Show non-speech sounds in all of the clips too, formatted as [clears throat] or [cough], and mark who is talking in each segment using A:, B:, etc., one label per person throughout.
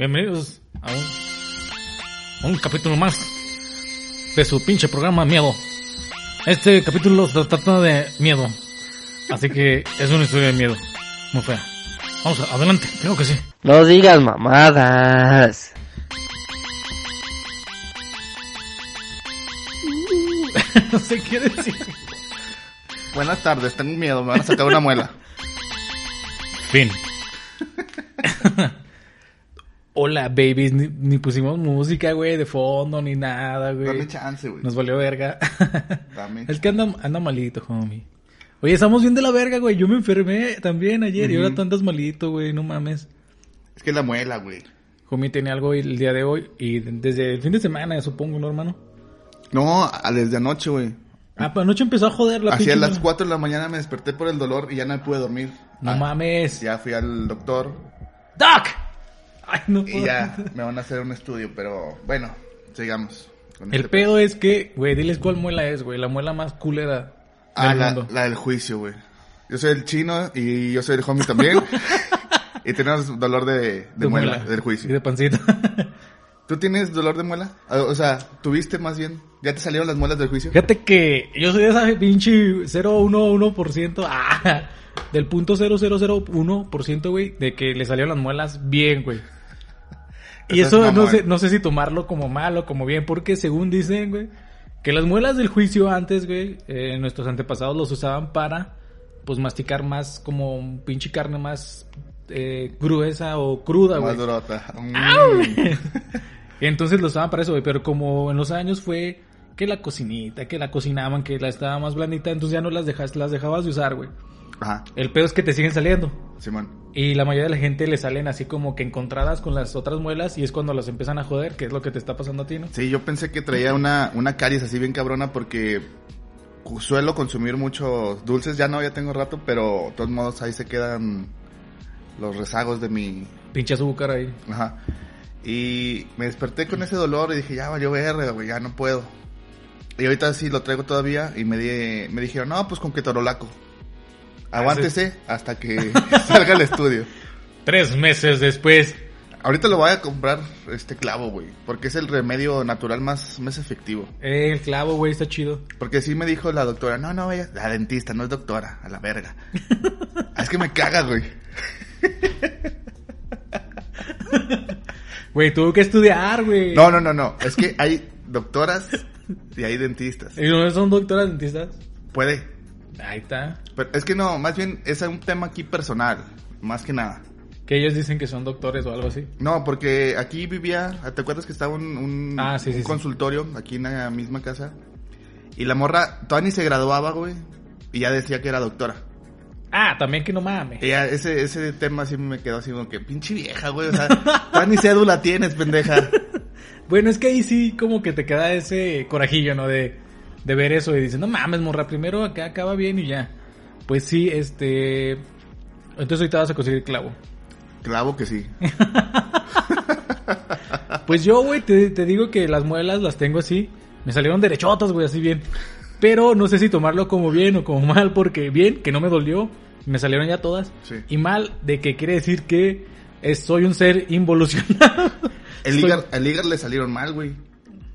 A: Bienvenidos a un, a un capítulo más de su pinche programa Miedo. Este capítulo se trata de miedo. Así que es una historia de miedo. Muy fea. Vamos, adelante, creo que sí.
B: No digas mamadas.
A: [laughs] No sé qué decir.
C: Buenas tardes, tengo miedo, me van a sacar
A: [laughs]
C: una muela.
A: Fin. [laughs] Hola, babies. Ni, ni pusimos música, güey, de fondo, ni nada,
C: Dame
A: güey.
C: chance, güey.
A: Nos valió verga.
C: Dame
A: Es que anda, anda malito, homie. Oye, estamos bien de la verga, güey. Yo me enfermé también ayer y ahora tú andas malito, güey. No mames.
C: Es que es la muela, güey.
A: Homie tenía algo el día de hoy y desde el fin de semana, supongo, ¿no, hermano?
C: No, a- desde anoche, güey.
A: Ah, pero anoche empezó a joder la
C: Hacia
A: pinche
C: las
A: mano.
C: 4 de la mañana me desperté por el dolor y ya no pude dormir.
A: No
C: Ah,
A: mames.
C: Ya fui al doctor
A: ¡Doc! Ay, no
C: y
A: puedo.
C: ya me van a hacer un estudio, pero bueno, sigamos. con
A: El
C: este
A: pedo es que, güey, diles cuál muela es, güey. La muela más culera
C: pedo. Ah,
A: del
C: la,
A: mundo.
C: la del juicio, güey. Yo soy el chino y yo soy el homie
A: [laughs]
C: también. y tenemos dolor de, de
A: Tu
C: muela, del
A: Y
C: juicio.
A: de [laughs] pancita.
C: ¿Tú tienes dolor de muela? Ah, O sea, ¿tuviste más bien? ¿Ya te salieron las muelas del juicio?
A: Fíjate que yo soy de esa pinche 0,11%. Ah, del punto 0001%, güey, de que le salieron las muelas bien, güey. Y
C: Eso es
A: eso no
C: mamón.
A: sé, no sé si tomarlo como malo, como bien, porque según dicen, güey, que las muelas del juicio antes, güey, eh, nuestros antepasados los usaban para, pues, masticar más como un pinche carne más eh, gruesa o cruda,
C: Más
A: güey.
C: durota. Mm.
A: Y entonces lo usaban para eso, güey. Pero como en los años fue que la cocinita, que la cocinaban, que la estaba más blandita, entonces ya no las dejas, las dejabas de usar, güey.
C: Ajá,
A: El pedo es que te siguen saliendo.
C: Simón.
A: Y la mayoría de la gente le salen así como que encontradas con las otras muelas y es cuando las empiezan a joder, que es lo que te está pasando a ti, ¿no?
C: Sí, yo pensé que traía una, una caries así bien cabrona porque cu- suelo consumir muchos dulces. Ya no, ya tengo rato, pero de todos modos ahí se quedan los rezagos de mi...
A: Pinche azúcar ahí.
C: Ajá. Y me desperté con ese dolor y dije, ya valió verga, güey, ya no puedo. Y ahorita sí lo traigo todavía y me, di- me dijeron, no, pues con ketorolaco. Aguántese hasta que salga el estudio.
A: Tres meses después.
C: Ahorita lo voy a comprar este clavo, güey, porque es el remedio natural más, más efectivo.
A: Eh, el clavo, güey, está chido.
C: Porque sí me dijo la doctora, no, no, ella, la dentista, no es doctora, a la verga. [laughs] Ah, es que me caga, güey.
A: Güey, tuvo que estudiar, güey.
C: No, no, no, no, es que hay doctoras y hay dentistas.
A: ¿Y no son doctoras dentistas?
C: Puede,
A: Ahí está.
C: pero es que no, más bien es un tema aquí personal, más que nada.
A: Que ellos dicen que son doctores o algo así.
C: No, porque aquí vivía, ¿te acuerdas que estaba un, un,
A: Ah, sí,
C: un
A: sí, sí.
C: consultorio aquí en la misma casa? Y la morra todavía ni se graduaba, güey, y ya decía que era doctora.
A: Ah, también que no mames.
C: Ella, ese, ese tema sí me quedó así como que, pinche vieja, güey, o sea, todavía ni cédula tienes, pendeja.
A: Bueno, es que ahí sí como que te queda ese corajillo, ¿no? De, de ver eso y dices, no mames, morra, primero acá acaba bien y ya. Pues sí, este... Entonces ahorita vas a conseguir clavo.
C: Clavo que
A: [laughs]
C: sí.
A: Pues yo, güey, te, te digo que las muelas las tengo así. Me salieron derechotas, güey, así bien. Pero no sé si tomarlo como bien o como mal, porque bien, que no me dolió. Me salieron ya todas.
C: Sí.
A: Y mal, de que quiere decir que es- soy un ser involucionado.
C: El
A: Soy-
C: Igar, el Igar le salieron mal, güey.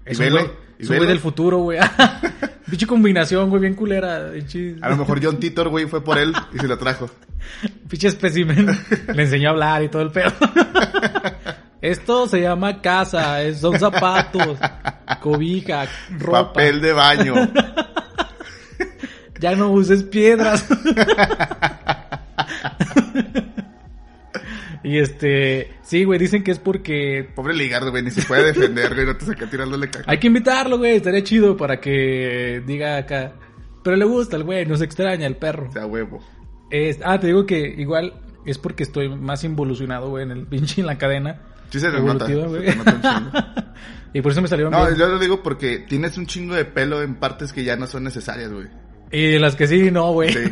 A: Es
C: Y
A: un
C: velo,
A: güey,
C: y
A: es un güey
C: velo.
A: del futuro, güey. [laughs] Pinche combinación, güey, bien culera. Pinche,
C: A lo mejor John Titor, güey, fue por él y se lo trajo.
A: pinche
C: [laughs]
A: espécimen. Le enseñó a hablar y todo el pedo. [laughs] Esto se llama casa, es- son
C: [laughs]
A: zapatos, cobija, [laughs] ropa.
C: Papel de
A: [laughs]
C: baño.
A: Ya no uses piedras. [laughs] y este, sí, güey, dicen que es porque
C: Pobre Ligar, güey, ni se puede defender, güey, no te saca tirándole caca.
A: Hay que invitarlo, güey. Estaría chido para que diga acá. Pero le gusta el güey, nos extraña el perro.
C: O sea, huevo.
A: Es- ah, te digo que igual es porque estoy más involucionado, güey, en el [laughs] pinche en la cadena.
C: Sí se te nota.
A: evolutiva,
C: se
A: güey.
C: te nota
A: [laughs]
C: un chingo.
A: Y por eso me salieron
C: No,
A: bien.
C: yo lo digo porque tienes un chingo de pelo en partes que ya no son necesarias, güey.
A: Y las que sí, no, güey.
C: Sí.
A: [laughs]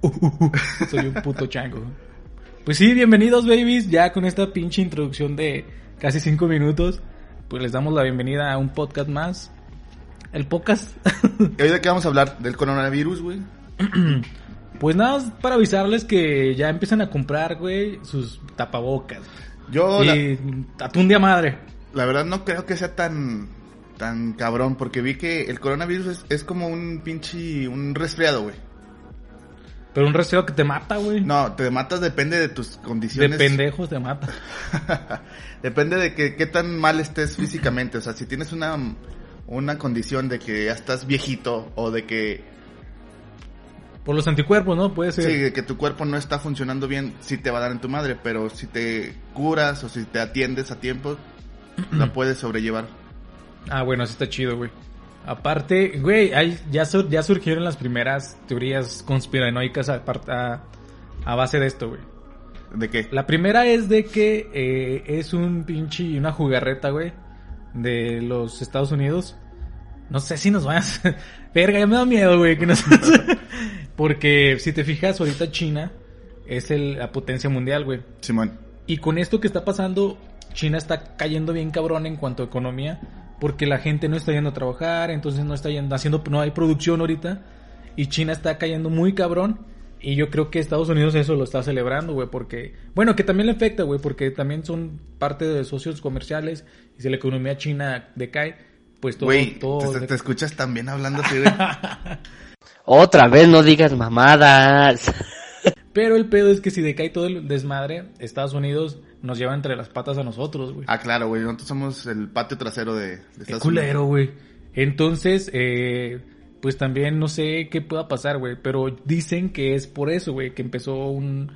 A: Uh, uh, uh, soy un puto chango. Pues sí, bienvenidos, babies. Ya con esta pinche introducción de casi cinco minutos, pues les damos la bienvenida a un podcast más. El podcast. [laughs]
C: ¿Y hoy de qué vamos a hablar? Del coronavirus, güey.
A: pues nada, más para avisarles que ya empiezan a comprar, güey, sus tapabocas.
C: Yo, la,
A: Y atún de a madre.
C: la verdad, no creo que sea tan, tan cabrón, porque vi que el coronavirus es, es como un pinche, un resfriado, güey.
A: Pero un resfriado que te mata, güey.
C: No, te matas depende de tus
A: de
C: condiciones.
A: pendejos te mata.
C: Depende de que, qué tan mal estés físicamente. O sea, si tienes una, una condición de que ya estás viejito o de que,
A: Por los anticuerpos, ¿no? Puede ser.
C: sí, de que tu cuerpo no está funcionando bien, sí te va a dar en tu madre. Pero si te curas o si te atiendes a tiempo,
A: [clears throat]
C: la puedes sobrellevar.
A: Ah, bueno, sí está chido, güey. Aparte, güey, hay- ya, sur- ya surgieron las primeras teorías conspiranoicas a, par- a- a base de esto, güey.
C: ¿De qué?
A: La primera es de que eh, es un pinche, una jugarreta, güey, de los Estados Unidos. No sé si nos van a... hacer- [laughs] Verga, ya me da miedo, güey, que nos... [laughs] Porque si te fijas, ahorita China es el- la potencia mundial, güey.
C: Simón.
A: Y con esto que está pasando, China está cayendo bien cabrón en cuanto a economía, porque la gente no está yendo a trabajar, entonces no está yendo haciendo no hay producción ahorita y China está cayendo muy cabrón y yo creo que Estados Unidos eso lo está celebrando, güey, porque bueno, que también le afecta, güey, porque también son parte de socios comerciales y si la economía china decae, pues todo
C: Güey,
A: todo
C: te, te escuchas también hablando así,
A: [laughs]
C: ah, güey.
B: Otra vez no digas mamadas.
A: Pero el pedo es que si decae todo el desmadre, Estados Unidos nos lleva entre las patas a nosotros, güey.
C: Ah, claro, güey. Nosotros somos el patio trasero de, de
A: Qué
C: Estados Unidos.
A: culero, güey. Entonces, eh, pues también no sé qué pueda pasar, güey. Pero dicen que es por eso, güey, que empezó un,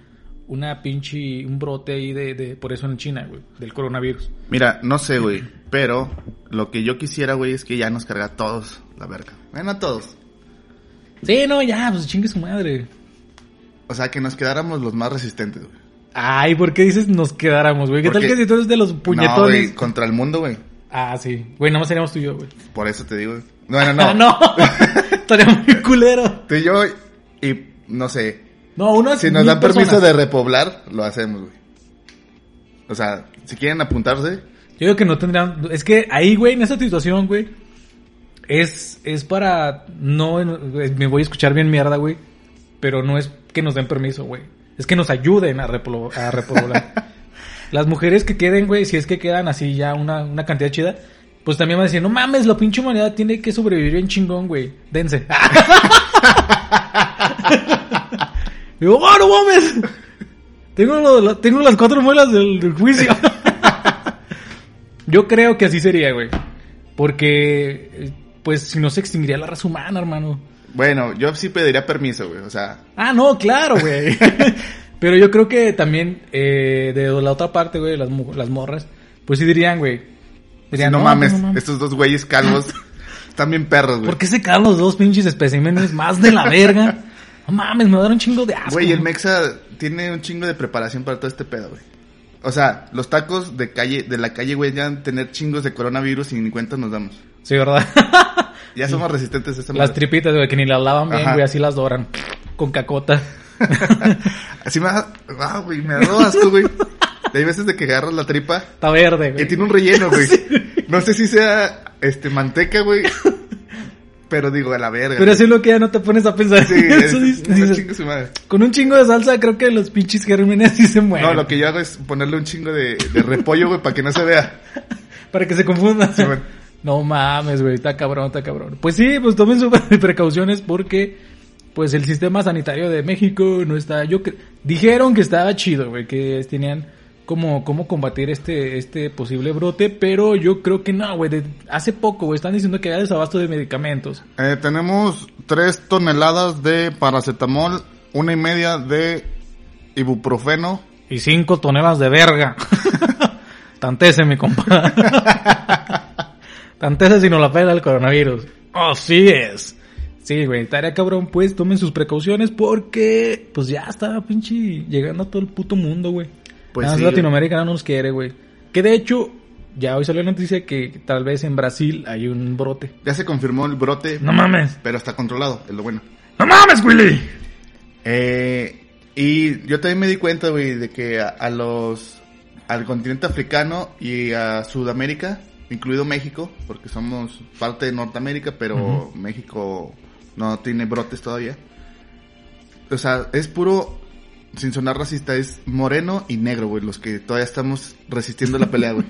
A: una pinche, un brote ahí de, de- por eso en China, güey, del coronavirus.
C: Mira, no sé, güey. Pero lo que yo quisiera, güey, es que ya nos carga a todos la verga. Bueno, a todos.
A: Sí, no, ya, pues chingue su madre.
C: O sea, que nos quedáramos los más resistentes, güey.
A: Ay, ¿por qué dices nos quedáramos, güey? ¿Qué tal
C: Porque-
A: que si tú eres de los
C: No, güey,
A: puñetones?
C: contra el mundo, güey.
A: ah, sí. Güey, nada más seríamos tú y yo, güey.
C: Por eso te digo. güey. Bueno,
A: [laughs] Ah,
C: no.
A: no. [laughs] Estaríamos muy culero.
C: Tú y yo, y no sé.
A: No, uno es
C: Si nos
A: mil
C: dan permiso
A: personas.
C: de repoblar, lo hacemos, güey. O sea, si quieren apuntarse,
A: Yo digo que no tendrían. Es que ahí, güey, en esa situación, güey. Es, es para. No. eh, Me voy a escuchar bien mierda, güey. Pero no es que nos den permiso, güey. Es que nos ayuden a, repro- a repoblar. Las mujeres que queden, güey, si es que quedan así ya una, una cantidad chida, pues también van a decir: No mames, la pinche humanidad tiene que sobrevivir en chingón, güey. Dense. Digo, ¡oh, no mames! Tengo, lo- lo- tengo las cuatro muelas del, del juicio. Yo creo que así sería, güey. Porque, eh, pues, si no se extinguiría la raza humana, hermano.
C: bueno, yo sí pediría permiso, güey. O sea,
A: Ah, no, claro, güey. [laughs] Pero yo creo que también, eh, de la otra parte, güey, las, mu- las morras, pues sí dirían, güey.
C: si
A: Dirían,
C: no, mames, estos dos güeyes
A: [laughs]
C: calvos están bien perros, güey.
A: ¿Por qué se quedaron los dos pinches especímenes más de la verga? No mames, me va a dar un chingo de asco.
C: Güey, el Mexa tiene un chingo de preparación para todo este pedo, güey. O sea, los tacos de calle, de la calle, güey, ya van a tener chingos de coronavirus y ni cuenta nos damos.
A: Sí, ¿verdad?
C: [laughs] Ya somos resistentes a esa
A: las
C: madre.
A: tripitas, güey, que ni las lavan bien,
C: Ajá.
A: güey, así las doran. Con
C: [laughs]
A: cacota.
C: Así me da... Ah, güey, me da asco, güey. Hay veces de que agarras la tripa
A: Está verde,
C: y
A: güey.
C: tiene un relleno, güey. No sé si sea, este, manteca, güey. Pero digo, a la verga.
A: Pero
C: güey.
A: así es lo que ya no te pones a pensar.
C: Sí, es-
A: [laughs] Eso dices-
C: no
A: dices,
C: chingue su madre.
A: Con un chingo de salsa creo que los pinches gérmenes [laughs] sí se mueren.
C: No, lo que yo hago es ponerle un chingo de, de repollo, güey, para que no se vea.
A: Para que se confundan.
C: Sí, bueno.
A: [laughs] no mames, güey, está cabrón, está cabrón. Pues sí, pues tomen sus [laughs] precauciones porque pues el sistema sanitario de México no está yo cre- dijeron que estaba chido, güey, que tenían como cómo combatir este este posible brote, pero yo creo que no, güey, de- hace poco güey, están diciendo que había desabasto de medicamentos.
C: Eh, tenemos tres toneladas de paracetamol, una y media de ibuprofeno.
A: Y cinco toneladas de verga. [laughs] Tantese, mi [laughs] compa. Tantese si no la pela el coronavirus. Así es. Sí, güey, tarea cabrón, pues tomen sus precauciones porque pues ya está, pinche, llegando a todo el puto mundo, güey.
C: Pues
A: Nada más
C: sí,
A: Latinoamérica no nos quiere, güey. Que de hecho, ya hoy salió la noticia que tal vez en Brasil hay un brote.
C: Ya se confirmó el brote,
A: No mames,
C: pero está controlado, es lo bueno.
A: no mames, Willy.
C: Eh, y yo también me di cuenta, güey, de que a, a los al continente africano y a Sudamérica, incluido México, porque somos parte de Norteamérica, pero
A: Ujú.
C: México no tiene brotes todavía. O sea, es puro, sin sonar racista, es moreno y negro, güey, los que todavía estamos resistiendo la pelea, güey.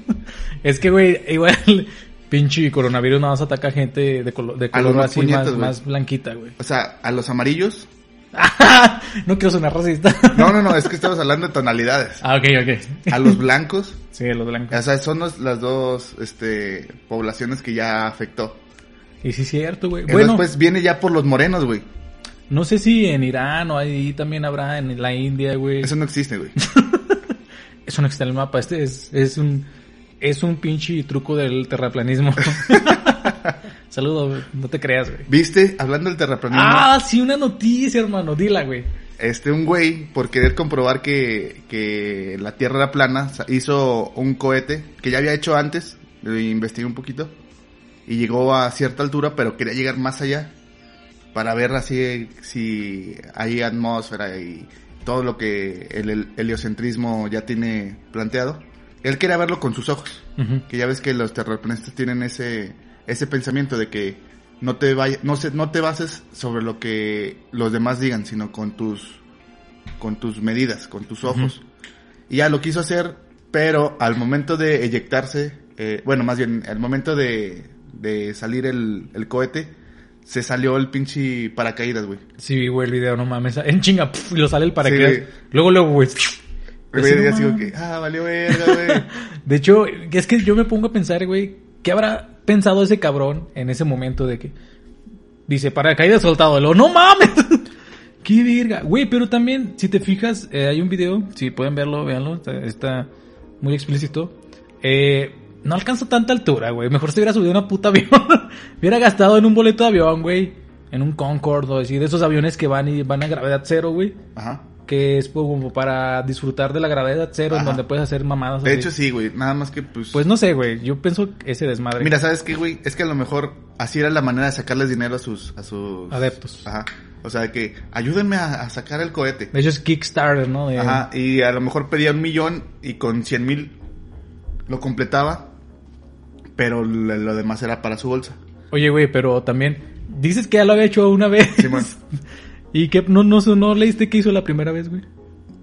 A: Es que, güey, igual [laughs] pinche coronavirus nada más ataca gente de, colo- de
C: A los
A: color
C: más
A: así
C: puñetas,
A: más,
C: güey.
A: más blanquita, güey. [laughs]
C: O sea, a los amarillos.
A: no quiero sonar racista. [laughs]
C: No, no, no, es que estamos hablando de tonalidades.
A: ah, ok, ok.
C: A los blancos.
A: Sí, los blancos.
C: O sea, son los- las dos este, poblaciones que ya afectó.
A: Y sí es cierto, güey.
C: Bueno.
A: Bueno,
C: Después viene ya por los morenos, güey.
A: no sé si en Irán o ahí también habrá, en la India, güey.
C: Eso no existe, güey.
A: Eso no existe en el mapa. Este es, es un es un pinche truco del terraplanismo. [laughs] Saludos, güey. no te creas, güey.
C: ¿Viste? Hablando del terraplanismo,
A: Ah, sí, una noticia, hermano. Dila, güey.
C: este, un güey, por querer comprobar que, que la Tierra era plana, sa- hizo un cohete que ya había hecho antes, lo investigué un poquito, y llegó a cierta altura, pero quería llegar más allá para ver así si hay atmósfera y todo lo que el, el heliocentrismo ya tiene planteado. Él quería verlo con sus ojos.
A: Ujú.
C: que ya ves que los terraplanistas tienen ese ese pensamiento de que no te vaya- no se- no te bases sobre lo que los demás digan, sino con tus con tus medidas, con tus ojos. Y ya lo quiso hacer, pero al momento de eyectarse, eh, bueno, más bien al momento de de salir el, el cohete se salió el pinche paracaídas, güey.
A: Sí, vi, güey, el video, no mames. En chinga, pf, y lo sale el paracaídas.
C: Sí, güey.
A: luego, luego, güey.
C: Güey,
A: Así, no
C: ya sigo
A: mames.
C: que, ah, valió verga, güey.
A: De hecho, es que yo me pongo a pensar, güey, ¿qué habrá pensado ese cabrón en ese momento de que dice paracaídas soltado? Lo, no mames. [laughs] Qué verga. Güey, pero también, si te fijas, eh, hay un video, si pueden verlo, véanlo, está, está muy explícito. Eh, no alcanza tanta altura, güey. Mejor se hubiera subido a una puta [laughs] avión. hubiera gastado en un boleto de avión, güey. En un Concorde, o decir, de esos aviones que van y van a gravedad cero, güey.
C: [laughs] Ajá.
A: Que es pues, como para disfrutar de la gravedad cero, en
C: Ajá.
A: donde puedes hacer mamadas.
C: De
A: así.
C: hecho sí, güey, nada más que pues
A: Pues no sé, güey. Yo pienso que ese desmadre.
C: Mira, ¿sabes qué, güey? Es que a lo mejor así era la manera de sacarles dinero a sus... A sus...
A: Adeptos.
C: Ajá. O sea, que ayúdenme a, a sacar el cohete.
A: De hecho es Kickstarter, ¿no? De-
C: Ajá. Y a lo mejor pedía un millón y con cien mil lo completaba. Pero lo, lo demás era para
A: [laughs]
C: su bolsa.
A: Oye, güey, pero también. Dices que ya lo había hecho una vez.
C: Simón.
A: [laughs] y que no, no, no leíste qué hizo la primera vez, güey.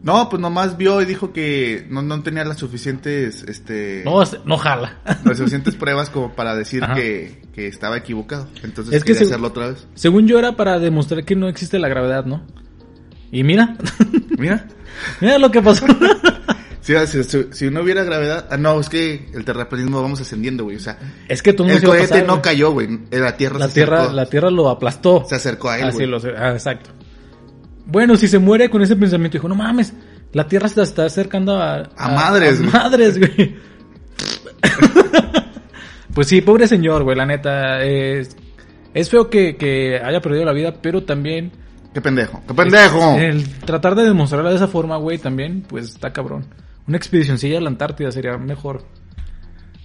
C: No, pues nomás vio y dijo que no, no tenía las suficientes... Este,
A: No, es- no jala. [laughs]
C: Las suficientes pruebas como para decir
A: Ajá.
C: que, que estaba equivocado. Entonces
A: Es que
C: quería
A: se-
C: hacerlo otra vez.
A: Según yo era para demostrar que no existe la gravedad, ¿no? Y mira, [laughs]
C: Mira.
A: mira lo que
C: [laughs]
A: pasó.
C: Sí, Si, si- si no hubiera gravedad... Ah, no, es que el terraplanismo vamos ascendiendo, güey. O sea,
A: es que tú no
C: El
A: se iba a
C: cohete
A: pasar,
C: no
A: güey.
C: cayó, güey. La tierra
A: La
C: se
A: tierra,
C: acercó.
A: la tierra lo aplastó.
C: Se acercó a él,
A: Así
C: güey.
A: lo ah, exacto. Bueno, si se muere con ese pensamiento, dijo, no mames, la tierra se está acercando a...
C: madres, güey.
A: madres, güey. [laughs] pues sí, pobre señor, güey, la neta. Es, es feo que, que haya perdido la vida, pero también... este,
C: ¡Qué pendejo! ¡Qué pendejo!
A: El tratar de demostrarla de esa forma, güey, también, pues está cabrón. Una expedicioncilla a la Antártida sería mejor.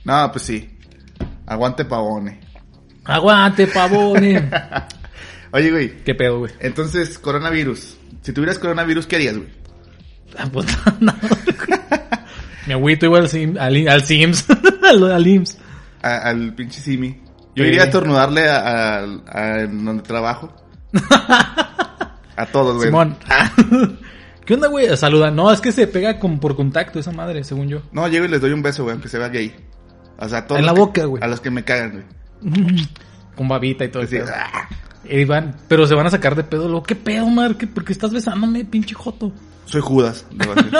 C: No, pues sí. Aguante pavone.
A: Aguante,
C: [laughs]
A: pavone.
C: Oye, güey.
A: ¿Qué pedo, güey?
C: Entonces, coronavirus. Si tuvieras coronavirus, ¿qué harías, güey?
A: Ah, pues, [laughs] no, güey. Mi agüito igual al, Sim- al, al Sims, [laughs] al, al IMSS.
C: A- al pinche Simi. Yo
A: Sí.
C: iría a estornudarle a, a- a- en
A: [laughs]
C: donde trabajo. a todos, güey.
A: Simón. [laughs] ¿Qué onda, güey? Saluda. No, es que se pega con, por contacto esa madre, según yo.
C: No, llego y les doy un beso, güey, aunque se vea gay. O sea, a todos.
A: En la
C: los que-
A: boca, güey.
C: A los que me cagan, güey.
A: Con babita y todo el
C: Así,
A: pedo.
C: ¡ah!
A: Y van- pero se van a sacar de pedo. Luego, ¿qué pedo, Mar? ¿Qué, ¿Por qué estás besándome, pinche joto?
C: soy Judas. le voy
A: [laughs]
C: a decir.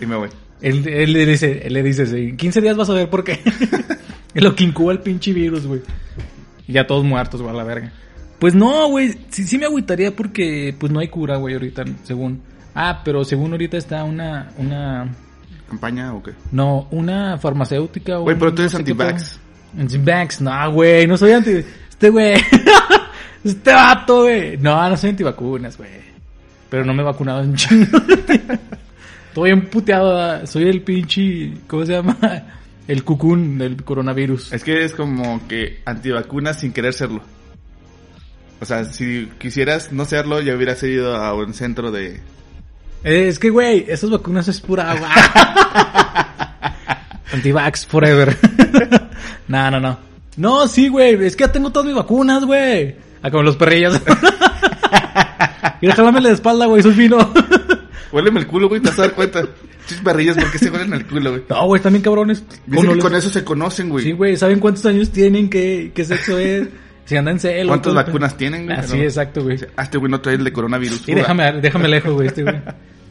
C: y me voy.
A: Él, él le dice, él le dice, "Sí, en 15 días vas a ver por qué. [laughs] es lo que incuba el pinche virus, güey. Y ya todos muertos, güey, a la verga. Pues no, güey, sí, sí me agüitaría porque pues no hay cura, güey, ahorita, según. Ah, pero según ahorita está una, una,
C: ¿Campaña o qué?
A: no, una farmacéutica o...
C: Güey, pero
A: un-
C: tú eres
A: no sé qué
C: anti-vax.
A: pedo. Anti-vax, no, güey, no soy anti... Este güey... [laughs] Este vato, güey. No, no soy antivacunas, güey. Pero no me he vacunado en chingo. Estoy bien puteado. ¿verdad? Soy el pinche. ¿Cómo se llama? El cucún del coronavirus.
C: Es que es como que antivacuna sin querer serlo. O sea, si quisieras no serlo, ya hubieras ido a un centro de...
A: Eh, Es que, güey, esas vacunas es pura agua. [laughs] Antivax forever. [laughs] no, no, no. No, sí, güey. Es que ya tengo todas mis vacunas, güey. Ah, como los [laughs] perrillos. Quiero jalarme la espalda, güey. Eso es fino.
C: Huéleme el culo, güey, te vas a dar cuenta. Chis barrillas, ¿por qué se huelen el culo, güey?
A: [laughs] no, güey, están bien cabrones.
C: Dicen
A: Con
C: que
A: olor-
C: con eso se conocen, güey.
A: Sí, güey. ¿Saben cuántos años tienen? ¿Qué, qué sexo es? Si andan en celo.
C: ¿Cuántas
A: todo el pe-
C: vacunas tienen, güey?
A: Así,
C: No.
A: exacto, güey.
C: Ah, este güey no trae el de coronavirus.
A: Y déjame, déjame lejos, güey, este güey.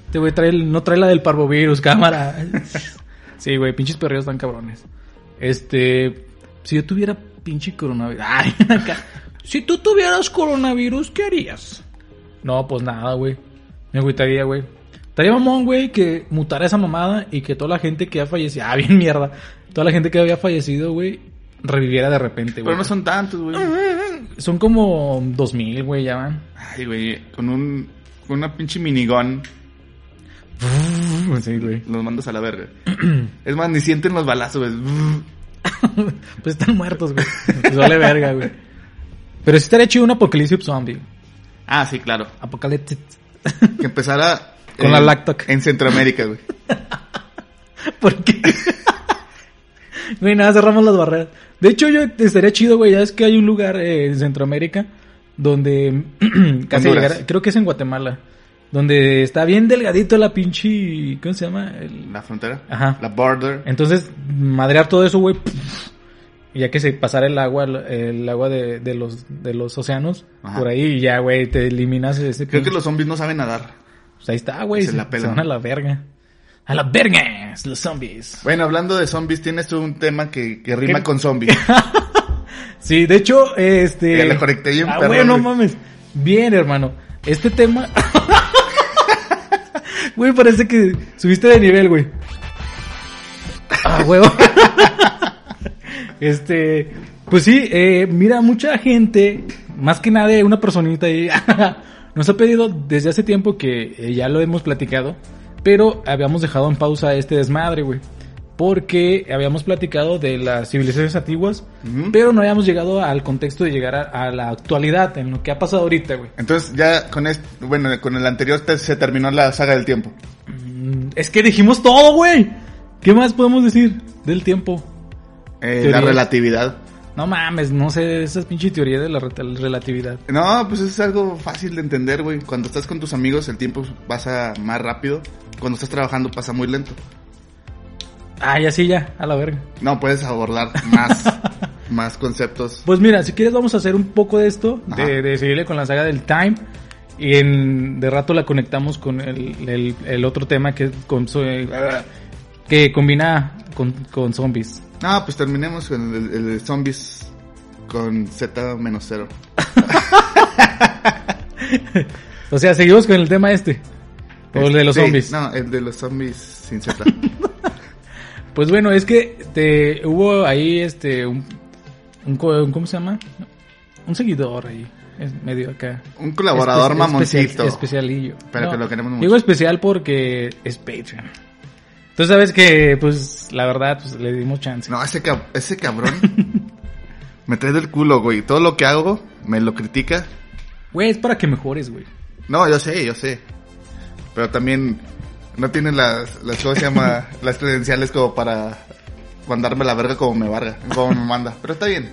A: Este güey trae el- no trae la del parvovirus, cámara. [laughs] Sí, güey, pinches perreos tan cabrones. Este, si yo tuviera pinche coronavirus. Ay, [laughs] acá. Si tú tuvieras coronavirus, ¿qué harías? No, pues nada, güey. Me agüitaría, güey. Estaría mamón, güey, que mutara esa mamada y que toda la gente que ha fallecido. Ah, [laughs] bien mierda. Toda la gente que había fallecido, güey, reviviera de repente,
C: Pero
A: güey.
C: no son tantos, güey.
A: Son como 2000, güey, ya van.
C: Ay, güey, con un... Con una pinche minigón
A: [laughs] Sí, güey.
C: los mandas a la verga. [clears throat] es más, ni sienten los balazos,
A: [laughs]
C: güey.
A: pues están muertos, güey. Pues vale verga, güey. Pero sí estaría chido un apocalipsis zombie.
C: ah, sí, claro.
A: Apocalipsis.
C: Que empezara...
A: Con
C: en-
A: la Lactoc.
C: En Centroamérica, güey.
A: ¿Por qué? [laughs] Güey, nada, cerramos las barreras. De hecho, yo estaría chido, güey. Ya es que hay un lugar eh, en Centroamérica donde [clears throat] casi
C: Honduras.
A: llegar- creo que es en Guatemala. Donde está bien delgadito la pinche. ¿Cómo se llama? El-
C: La frontera.
A: Ajá.
C: La border.
A: Entonces, madrear todo eso, güey. Y ya que se pasara el agua, el agua de, de los, de los océanos,
C: Ajá.
A: por ahí y ya, güey, te eliminas ese
C: Creo que
A: pinche-
C: los zombies no saben nadar.
A: Pues ahí está, güey.
C: Se
A: Se,
C: la
A: se
C: pelan.
A: van a la verga. A la verga, los zombies.
C: Bueno, hablando de zombies, tienes tú un tema que, que rima
A: ¿Qué?
C: con
A: [laughs]
C: zombies.
A: Sí, de hecho, este.
C: Ya le conecté bien,
A: Ah,
C: perrón,
A: güey, no
C: güey.
A: mames. Bien, hermano. Este tema. [laughs] Güey, parece que subiste de nivel, güey. Ah, huevo. [laughs] este. Pues sí, eh, mira, mucha gente, más que nada una personita ahí, [laughs] nos ha pedido desde hace tiempo que eh, ya lo hemos platicado, pero habíamos dejado en pausa este desmadre, güey. Porque habíamos platicado de las civilizaciones antiguas,
C: Ujú.
A: pero no habíamos llegado al contexto de llegar a, a la actualidad, en lo que ha pasado ahorita, güey.
C: Entonces ya con este, bueno, con el anterior te- se terminó la saga del tiempo.
A: Mm, Es que dijimos todo, güey. ¿Qué más podemos decir del tiempo?
C: Eh,
A: Teoría.
C: la relatividad.
A: No mames, no sé, esas pinche teorías de la re- relatividad.
C: No, pues es algo fácil de entender, güey. Cuando estás con tus amigos el tiempo pasa más rápido. Cuando estás trabajando pasa muy lento.
A: Ah, ya sí, ya, a la verga.
C: No puedes abordar
A: [laughs]
C: más, más conceptos.
A: Pues mira, si quieres vamos a hacer un poco de esto,
C: Ajá.
A: de, de seguirle con la saga del Time. Y en, de rato la conectamos con el, el- el otro tema que, es con, su- que combina con, con zombies.
C: No, pues terminemos con el, el de zombies con Z menos cero.
A: O sea, seguimos con el tema este. O el de los
C: Sí,
A: zombies.
C: No, el de los zombies
A: [laughs]
C: sin Z.
A: Pues bueno, es que te, hubo ahí este un, un co- un- ¿cómo se llama? Un seguidor ahí, es medio acá.
C: Un colaborador
A: Espe-
C: mamoncito.
A: especial- especialillo.
C: Pero que lo queremos mucho.
A: Digo especial porque es Patreon. Tú sabes que, pues, la verdad, pues, le dimos chance.
C: No, ese, cab- ese cabrón [laughs] me trae del culo, güey. Todo lo que hago me lo critica.
A: Güey, es para que mejores, güey.
C: No, yo sé, yo sé. Pero también no tiene las, las ¿cómo se llama?
A: [laughs]
C: las credenciales como para mandarme la verga como me varga, como me manda. Pero está bien.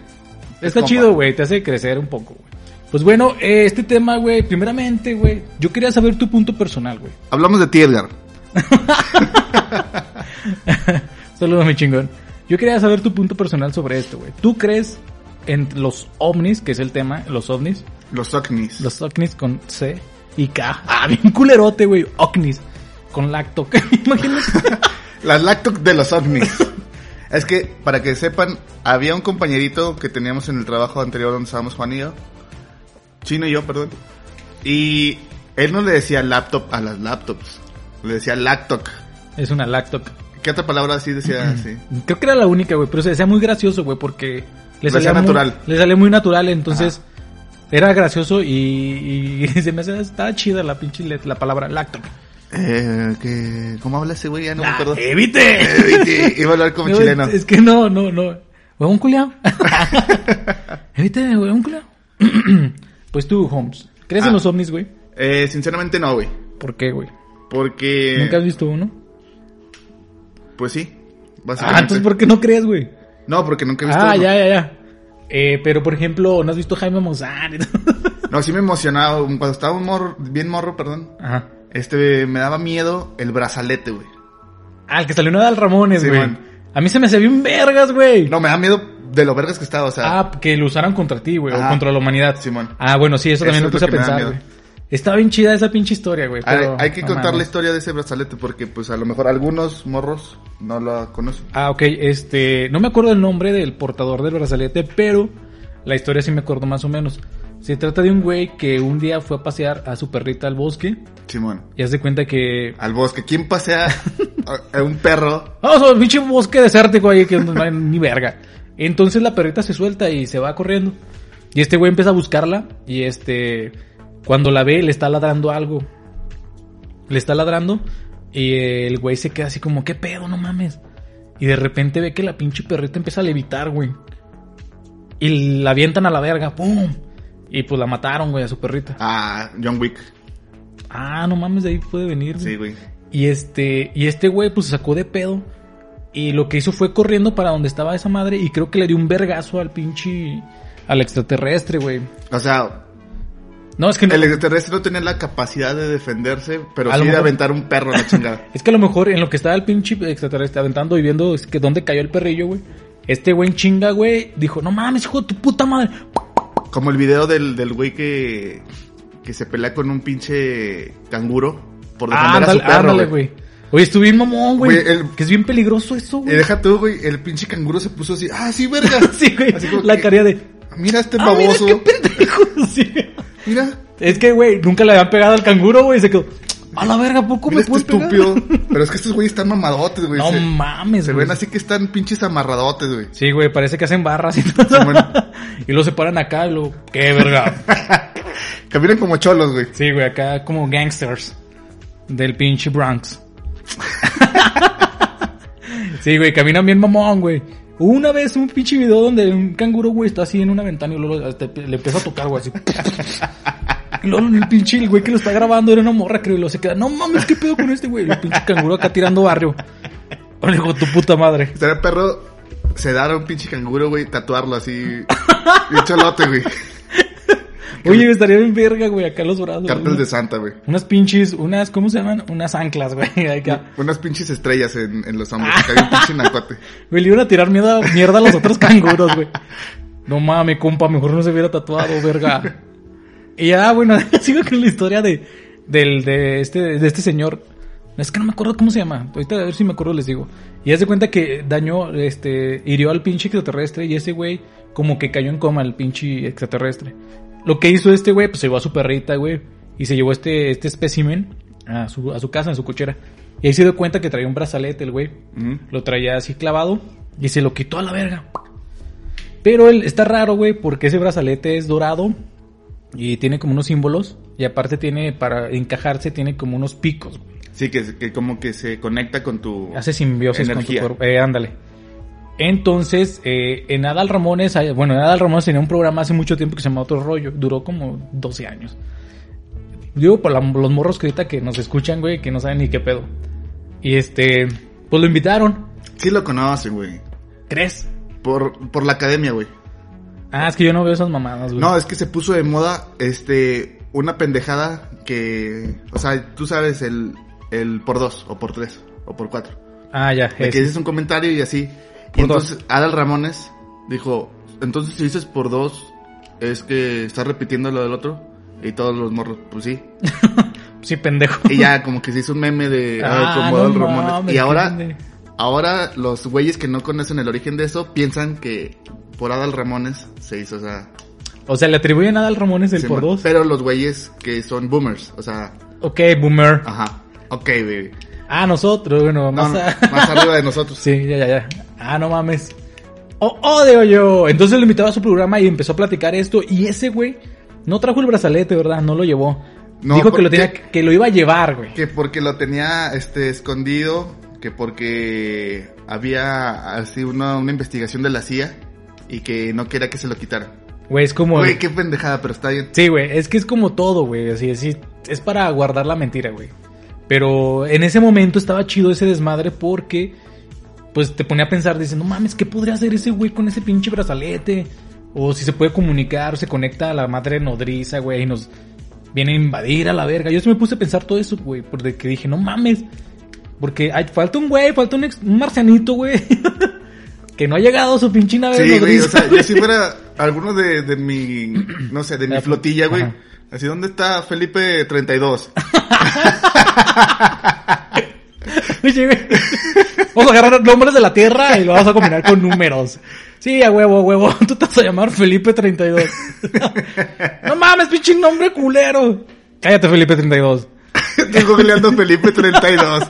C: Es
A: Está
C: compa.
A: chido, güey, te hace crecer un poco, güey. Pues bueno, eh, este tema, güey, primeramente, güey, yo quería saber tu punto personal, güey.
C: Hablamos de ti, Edgar.
A: Saludos, mi chingón. Yo quería saber tu punto personal sobre esto, güey. ¿Tú crees en los ovnis, que es el tema, los ovnis?
C: Los OCNIs.
A: Los ovnis con C y K. Ah, bien culerote, güey. Ovnis. Con lacto. [laughs] Imagínate.
C: Las lactoc de los OVNIs. [laughs] es que, para que sepan, había un compañerito que teníamos en el trabajo anterior donde estábamos Juan y yo. Chino y yo, perdón. Y él no le decía laptop a las laptops. Le decía lactoc.
A: es una lacto.
C: ¿Qué otra palabra así decía así?
A: Creo que era la única, güey. Pero se decía muy gracioso, güey, porque...
C: Le hacía
A: muy-
C: natural.
A: Le salía muy natural, entonces... Era gracioso y, [laughs] y se me hace, está chida la pinche let- la palabra lacto.
C: Eh, que- ¿Cómo habla ese güey? Ya no me
A: Ah,
C: acuerdo. [laughs]
A: ¡Evite!
C: Eh, viste, Iba a hablar como
A: [laughs] No,
C: chileno.
A: Es, es que no, no, no. ¿Huevón
C: [laughs]
A: culiao? Evite, huevón culiao. [clears throat] pues tú, Holmes, ¿crees
C: Ah.
A: en los ovnis, güey?
C: Eh, sinceramente no, güey.
A: ¿Por qué, güey?
C: Porque...
A: ¿Nunca has visto uno?
C: Pues sí. Básicamente.
A: Ah, entonces ¿por qué no crees, güey?
C: No, porque nunca he visto
A: Ah,
C: uno.
A: ya, ya, ya. Eh, pero, por ejemplo, ¿no has visto Jaime Mozart? [laughs]
C: [laughs]
A: y todo?
C: No, sí me emocionaba. Cuando estaba un morro, bien morro, perdón.
A: Ajá.
C: Este, me daba miedo el brazalete, güey.
A: Ah, el que salió en Adal Ramones,
C: Sí,
A: güey.
C: man.
A: a mí se me se vio un vergas, güey.
C: No, me da miedo de lo vergas que estaba, o sea...
A: Ah, que lo usaran contra ti, güey, o
C: Ajá.
A: contra la humanidad.
C: Simón.
A: Ah, bueno, sí, eso también
C: Eso
A: lo
C: es
A: puse
C: lo
A: a
C: que me da
A: pensar,
C: miedo.
A: güey. Está bien chida esa pinche historia, güey.
C: hay,
A: pero
C: hay que
A: no
C: contar la
A: mames.
C: historia de ese brazalete porque, pues, a lo mejor algunos morros no la conocen.
A: Ah, ok, este, no me acuerdo el nombre del portador del brazalete, pero la historia sí me acuerdo más o menos. Se trata de un güey que un día fue a pasear a su perrita al bosque
C: Simón.
A: y hace cuenta que...
C: Al bosque.
A: [laughs]
C: ¿Quién pasea a, a un perro?
A: Vamos a un pinche bosque desértico ahí que no hay [laughs] ni verga. Entonces la perrita se suelta y se va corriendo. Y este güey empieza a buscarla y este... Cuando la ve le está ladrando algo. Le está ladrando y el güey se queda así como, ¿qué pedo? No mames. Y de repente ve que la pinche perrita empieza a levitar, güey. Y la avientan a la verga, ¡pum! Y pues la mataron, güey, a su perrita.
C: Ah, John Wick.
A: Ah, no mames, de ahí puede venir.
C: Sí, güey.
A: Y este, y este güey pues se sacó de pedo. Y lo que hizo fue corriendo para donde estaba esa madre. Y creo que le dio un vergazo al pinche. al extraterrestre, güey.
C: O sea,
A: No, es que no.
C: El extraterrestre no tenía la capacidad de defenderse, pero
A: A
C: sí
A: lo
C: de
A: mejor-
C: aventar un perro a la chingada.
A: Es que a lo mejor en lo que estaba el pinche extraterrestre aventando y viendo es que dónde cayó el perrillo, güey. Este güey en chinga, güey, dijo, no mames, hijo de tu puta madre.
C: Como el video del, del güey que, que se pelea con un pinche canguro por defender a
A: Ah, ándale,
C: su perro.
A: ándale,
C: güey.
A: güey. Oye, estuve bien mamón, güey.
C: Güey, el-
A: Que es bien peligroso eso,
C: Y
A: güey.
C: deja tú, güey, el pinche canguro se puso así, ah, sí, verga.
A: [laughs] sí, güey.
C: Así como
A: La
C: que,
A: caría de...
C: Mira este
A: "Ah, mira,
C: baboso.
A: qué pendejo. [laughs] Sí.
C: Mira,
A: Es que, güey, nunca le habían pegado al canguro, güey. Se quedó. A la verga, ¿a poco
C: mira
A: me
C: este
A: puedes pegar?"
C: estúpido.
A: [laughs]
C: Pero es que estos güeyes están mamadotes, güey.
A: No
C: se,
A: mames,
C: se
A: güey.
C: ven así que están pinches amarradotes, güey.
A: Sí, güey, parece que hacen barras y todo.
C: Sí, bueno.
A: [laughs] Y lo separan acá, y luego, qué verga.
C: Caminan como cholos, güey.
A: Sí, güey, acá como gangsters del pinche
C: [laughs]
A: Bronx. sí, güey, caminan bien mamón, güey. Hubo Una vez un pinche video donde un canguro, güey, está así en una ventana y luego este, le empieza a tocar,
C: [laughs]
A: güey, así. Y luego el pinche, el güey que lo está grabando era una morra, creo, y luego se queda, no mames, ¿qué pedo con este güey? Y el pinche canguro acá tirando barrio. [laughs] Le digo, tu puta madre.
C: Estaría perro sedar a un pinche canguro, güey,
A: [laughs]
C: tatuarlo así. Bien cholote, güey.
A: Oye, me estaría bien verga, güey, acá los brazos.
C: Cartel de Santa, güey.
A: Unas pinches, unas, ¿cómo se llaman? Unas anclas, güey, [laughs] acá.
C: Unas pinches estrellas en, en los hombros. Acá hay un pinche nacote.
A: Me le iban a tirar mierda, mierda a los otros canguros, güey. No mames, compa, mejor no se hubiera tatuado, verga. Y ya, bueno, [laughs] sigo con la historia de, del, de, este, de este señor. Es que no me acuerdo cómo se llama. Ahorita a ver si me acuerdo les digo. Y hace cuenta que dañó, este, hirió al pinche extraterrestre y ese güey como que cayó en coma el pinche extraterrestre. Lo que hizo este güey, pues se llevó a su perrita, güey. Y se llevó este, este espécimen a su, a su casa, en su cochera. Y ahí se dio cuenta que traía un brazalete el güey. Lo traía así clavado y se lo quitó a la verga. Pero él está raro, güey, porque ese brazalete es dorado y tiene como unos símbolos. Y aparte tiene, para encajarse, tiene como unos picos. güey.
C: Sí, que, que como que se conecta con tu...
A: Hace simbiosis
C: Energía.
A: con tu cuerpo. Eh, ándale. Entonces, eh, en Adal Ramones, hay- bueno, en Adal Ramones tenía un programa hace mucho tiempo que se llamaba Otro Rollo. Duró como 12 años. Digo, por la- los morros que ahorita que nos escuchan, güey, que no saben ni qué pedo. Y este, pues lo invitaron.
C: Sí lo conocen, güey.
A: ¿Crees?
C: Por, por la academia, güey.
A: Ah, es que yo no veo esas mamadas, güey.
C: No, es que se puso de moda, este... Una pendejada que... O sea, tú sabes el... El por dos, o por tres, o por cuatro.
A: Ah, ya.
C: De
A: es-
C: que dices un comentario y así. Y
A: Por
C: entonces Adal Ramones dijo, entonces si dices por dos, es que estás repitiendo lo del otro. Y todos los morros, pues sí.
A: Sí,
C: [laughs]
A: pendejo. [laughs]
C: Y ya como que se hizo un meme de ay,
A: Ah,
C: como
A: no
C: Adal Ramones.
A: mames,
C: y
A: qué
C: ahora,
A: pendejo.
C: ahora los güeyes que no conocen el origen de eso piensan que por Adal Ramones se hizo, o sea...
A: O sea, le atribuyen a Adal Ramones el
C: se
A: por
C: ma-
A: dos.
C: Pero los güeyes que son boomers, o sea...
A: Ok, boomer.
C: Ajá. Ok, baby.
A: Ah, nosotros, bueno,
C: Ah. No,
A: más,
C: no,
A: a- [laughs]
C: más arriba de nosotros.
A: Sí, ya, ya, ya. Ah, no mames. Oh, oh, digo yo. Entonces lo invitaba a su programa y empezó a platicar esto. Y ese güey No trajo el brazalete, ¿verdad? No lo llevó.
C: No,
A: Dijo que
C: por-
A: lo, tenía,
C: que-
A: que lo iba a llevar, güey.
C: Que porque lo tenía este escondido, que porque había así una, una investigación de la CIA y que no quería que se lo quitara.
A: Güey, es como...
C: Güey, qué pendejada, pero está bien.
A: Sí, güey, es que es como todo, güey. Así, así, es para guardar la mentira, güey. Pero en ese momento estaba chido ese desmadre porque, pues te ponía a pensar, dice, no mames, ¿qué podría hacer ese güey con ese pinche brazalete? O si se puede comunicar, o se conecta a la madre nodriza, güey, y nos viene a invadir a la verga. Yo sí me puse a pensar todo eso, güey, porque que dije, no mames, porque hay, falta un güey, falta un, ex- un marcianito, güey, [laughs] que no ha llegado a su pinche nave
C: Sí, güey, o
A: nodriza,
C: sea, yo
A: güey. [laughs]
C: si fuera alguno de, de mi, no sé, de mi
A: Ajá.
C: flotilla, güey.
A: Ajá.
C: Así, ¿dónde está Felipe 32?
A: [laughs] Oye, güey. Vamos a agarrar nombres de la tierra y lo vamos a combinar con números. Sí, a huevo, a huevo. [laughs] Tú te vas a llamar Felipe 32. [laughs] No mames, pinche nombre culero. Cállate, Felipe 32.
C: [laughs] Estoy googleando Felipe 32.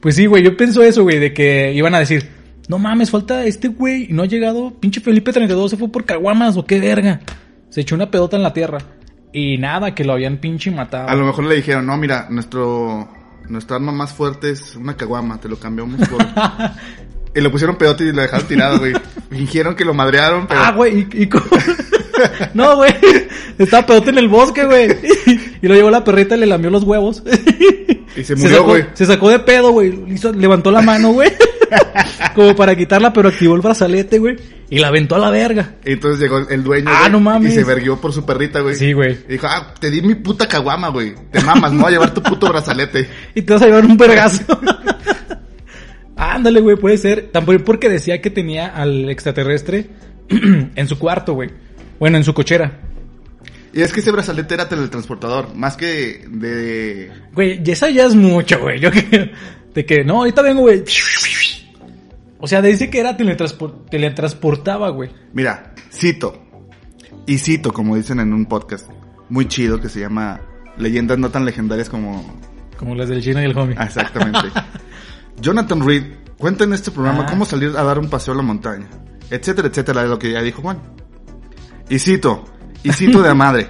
A: Pues sí, güey, yo pienso eso, güey, de que iban a decir, no mames, falta este güey y no ha llegado. Pinche Felipe 32 se fue por caguamas o qué verga. Se echó una pedota en la tierra. Y nada, que lo habían pinche matado.
C: A lo mejor le dijeron, no, mira, nuestro, nuestra arma más fuerte es una caguama, te lo
A: [laughs]
C: cambiamos por... y lo pusieron pedote y lo dejaron tirado, güey. Fingieron que lo madrearon, pero...
A: Ah, güey, y, y co- [laughs] No, güey. Estaba pedote en el bosque, güey. Y lo llevó la perrita y le lamió los huevos. [laughs]
C: Y se murió,
A: sacó-
C: güey.
A: Se, sacó de pedo, güey. Hizo- Levantó la mano, güey. [laughs] Como para quitarla, pero activó el brazalete, güey. Y la aventó a la verga.
C: Y entonces llegó el dueño.
A: Ah,
C: güey,
A: no mames.
C: Y se verguió por su perrita, güey.
A: Sí, güey.
C: Y dijo, ah, te di mi puta caguama, güey. Te mamas, no voy a llevar tu puto brazalete.
A: Y te vas a llevar un vergazo. [laughs] Ándale, güey, puede ser. También porque decía que tenía al extraterrestre [clears throat] en su cuarto, güey. Bueno, en su cochera.
C: Y es que ese brazalete era teletransportador, más que de.
A: Güey, y esa ya es mucho, güey. Yo [laughs] que. De que, no, ahorita vengo, güey. O sea, dice que era teletranspor- teletransportaba, güey.
C: Mira, cito. Y cito, como dicen en un podcast muy chido que se llama Leyendas no tan legendarias como.
A: Como las del chino y el homie.
C: Ah, exactamente. [laughs] Jonathan Reed cuenta en este programa
A: Ah.
C: cómo salir a dar un paseo a la montaña, etcétera, etcétera, de lo que ya dijo Juan. Y cito, y cito de la madre.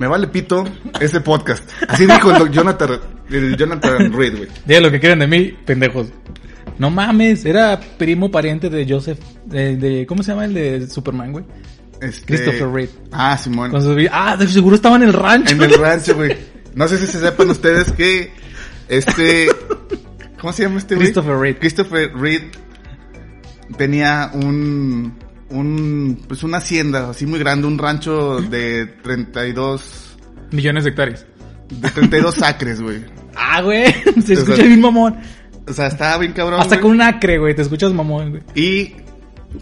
C: Me vale pito ese podcast. Así dijo el doc- Jonathan, el Jonathan Reed, güey.
A: Digan lo que quieran de mí, pendejos. No mames, era primo pariente de Joseph. De, de- ¿Cómo se llama el de Superman, güey?
C: Este-
A: Christopher Reed.
C: Ah, Simón.
A: Con sus vi- Ah, de seguro estaba en el rancho.
C: En el rancho, güey. No sé si se sepan ustedes que este. ¿Cómo se llama este güey?
A: Christopher Reed.
C: Christopher Reed tenía un. un pues una hacienda así muy grande, un rancho de 32.
A: Millones de hectáreas.
C: de 32 acres, güey.
A: Ah, güey. [laughs] Se escucha
C: sea,
A: bien mamón.
C: O sea, estaba bien cabrón.
A: Hasta
C: güey.
A: con un acre, güey. Te escuchas mamón, güey.
C: Y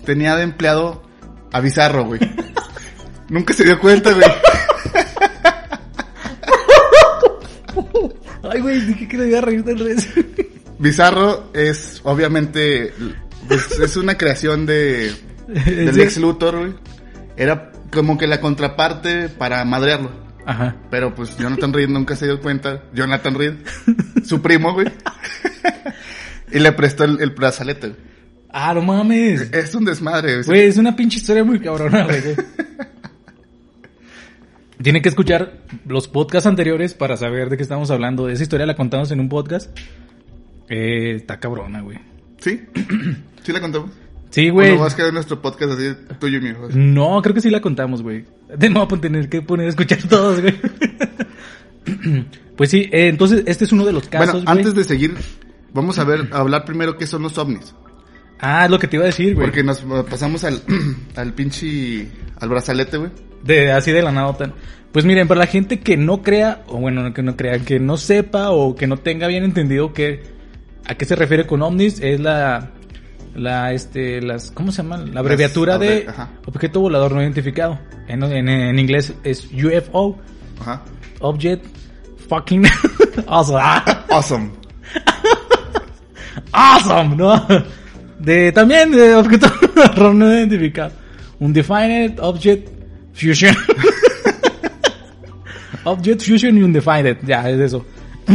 C: tenía de empleado a Bizarro, güey. Nunca se dio cuenta, güey.
A: Ay, güey, dije que te iba a reír del [laughs] resto.
C: Bizarro es, obviamente, pues, es una creación de, del
A: Sí.
C: ex Luthor, güey. Era como que la contraparte para madrearlo.
A: Ajá.
C: Pero pues Jonathan Reed nunca se dio cuenta. Jonathan Reed,
A: [laughs]
C: su primo, güey. y le prestó el, el brazalete. güey.
A: Ah, no mames.
C: Es un desmadre, güey.
A: Güey, es una pinche historia muy cabrona, güey.
C: [laughs]
A: Tienen que escuchar los podcasts anteriores para saber de qué estamos hablando. Esa historia la contamos en un podcast. Eh, está cabrona, güey.
C: ¿Sí? ¿Sí la contamos?
A: Sí,
C: Bueno,
A: güey.
C: vas a quedar en nuestro podcast así, tuyo y mío. así.
A: No, creo que sí la contamos, güey. De nuevo, pues, tener que poner a escuchar todos,
C: [laughs]
A: güey. Pues sí, eh, entonces este es uno de los
C: Bueno,
A: casos, güey.
C: antes de seguir, vamos a ver, a hablar primero qué son los ovnis.
A: Ah, es lo que te iba a decir, güey.
C: Porque nos pasamos al, [clears throat] al pinche, al brazalete, güey.
A: De, así de la nada tan- Pues miren, para la gente que no crea, o bueno, que no crea, que no sepa o que no tenga bien entendido que, a qué se refiere con ovnis, es la, la, este, las, ¿cómo se llama? La abreviatura
C: abre-
A: de
C: ajá.
A: objeto volador no identificado. En, en- en inglés es UFO,
C: Ajá.
A: Object Fucking [laughs] Awesome, Ah.
C: Awesome.
A: awesome ¿no? De, también de objeto [laughs] volador no identificado. Undefined Object
C: [laughs]
A: Fusion. Object Fusion Undefined, ya es eso.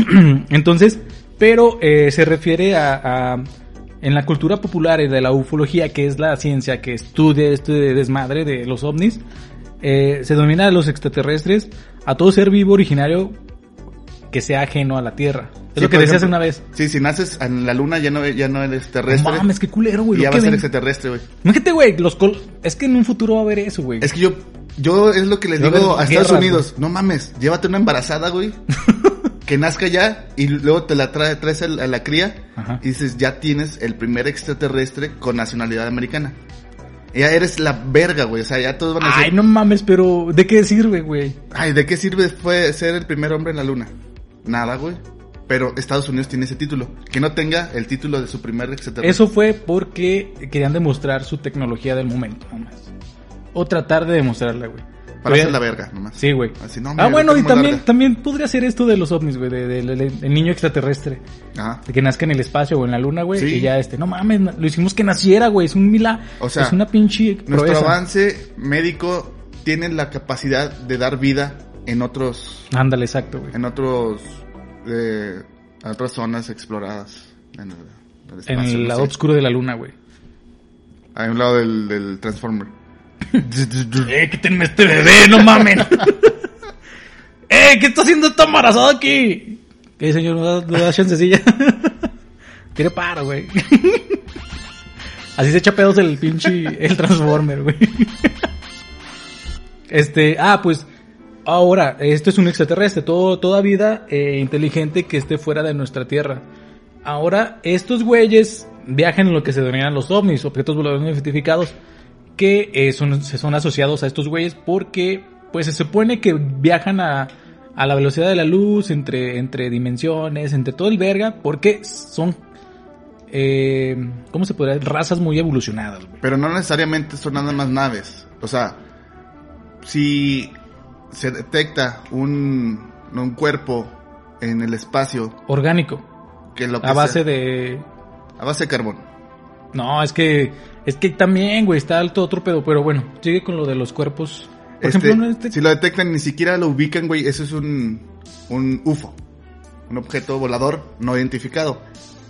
A: [clears throat] Entonces, pero eh, se refiere a, a- en la cultura popular y de la ufología, que es la ciencia que estudia este desmadre de los ovnis, eh, se domina a los extraterrestres, a todo ser vivo originario que sea ajeno a la Tierra. Es
C: Sí,
A: lo que
C: por
A: decías
C: ejemplo,
A: una vez.
C: Sí, si naces en la luna ya no, ya no eres terrestre.
A: No mames, qué culero,
C: y
A: güey.
C: ya
A: lo que
C: vas a ser
A: ven.
C: extraterrestre, güey.
A: Imagínate, güey, los col- es que en un futuro va a haber eso, güey.
C: Es que yo, yo es lo que les
A: Va a
C: digo
A: haber
C: a Estados
A: guerras,
C: Unidos. No mames, llévate una
A: [laughs]
C: embarazada, güey. que nazca ya y luego te la trae, traes a la, a la cría
A: Ajá.
C: y dices, ya tienes el primer extraterrestre con nacionalidad americana. Ya eres la verga, güey. O sea, ya todos van a decir,
A: Ay, no mames, pero ¿de qué sirve, güey?
C: ay, ¿de qué sirve fue ser el primer hombre en la luna? Nada, güey. Pero Estados Unidos tiene ese título. Que no tenga el título de su primer extraterrestre.
A: Eso fue porque querían demostrar su tecnología del momento, nomás. O tratar de demostrarla, güey. Pero
C: Para hacer
A: ya-
C: la verga, nomás.
A: Sí, güey.
C: Así, no,
A: ah,
C: mira,
A: bueno,
C: yo
A: y
C: tengo
A: también,
C: larga.
A: también podría ser esto de los ovnis, güey, del de, del- del niño extraterrestre.
C: Ajá.
A: De que nazca en el espacio o en la luna, güey.
C: Sí.
A: Y ya este, no mames, na- lo hicimos que naciera, güey. Es un mila.
C: O sea,
A: es una pinche
C: Nuestro
A: proeza.
C: avance médico tiene la capacidad de dar vida en otros,
A: Ándale, exacto, güey.
C: en otros, eh, en otras zonas exploradas. En el, en el
A: En
C: espacio,
A: el
C: no
A: lado
C: sé.
A: oscuro de la luna, güey.
C: A un lado del, del
A: [laughs]
C: Transformer.
A: ¡Eh, quítenme este bebé! ¡No [laughs] mamen! ¡Eh, qué está haciendo esta embarazada aquí! ¿Qué, señor? ¿No da, no da [laughs] chancecilla? Tire para, güey. [laughs] Así se echa pedos el pinche... El Transformer, güey. Este... Ah, pues... Ahora, esto es un extraterrestre. Todo, toda vida eh, inteligente que esté fuera de nuestra Tierra. Ahora, estos güeyes viajan en lo que se denominan los ovnis, objetos voladores no identificados que eh, son, se son asociados a estos güeyes porque pues se supone que viajan a, a la velocidad de la luz, entre, entre dimensiones, entre todo el verga, porque son, eh, ¿cómo se podría decir? Razas muy evolucionadas, güey.
C: Pero no necesariamente son nada más naves. O sea, si se detecta un, un cuerpo en el espacio
A: Orgánico,
C: que lo que
A: a base
C: sea-
A: de...
C: a base de carbón.
A: No, es que, es que también, güey, está alto otro pedo, pero bueno, sigue con lo de los cuerpos. Por
C: Este,
A: ejemplo, ¿no? Este-
C: Si lo detectan, ni siquiera lo ubican, güey. Eso es un, un UFO. Un objeto volador no identificado.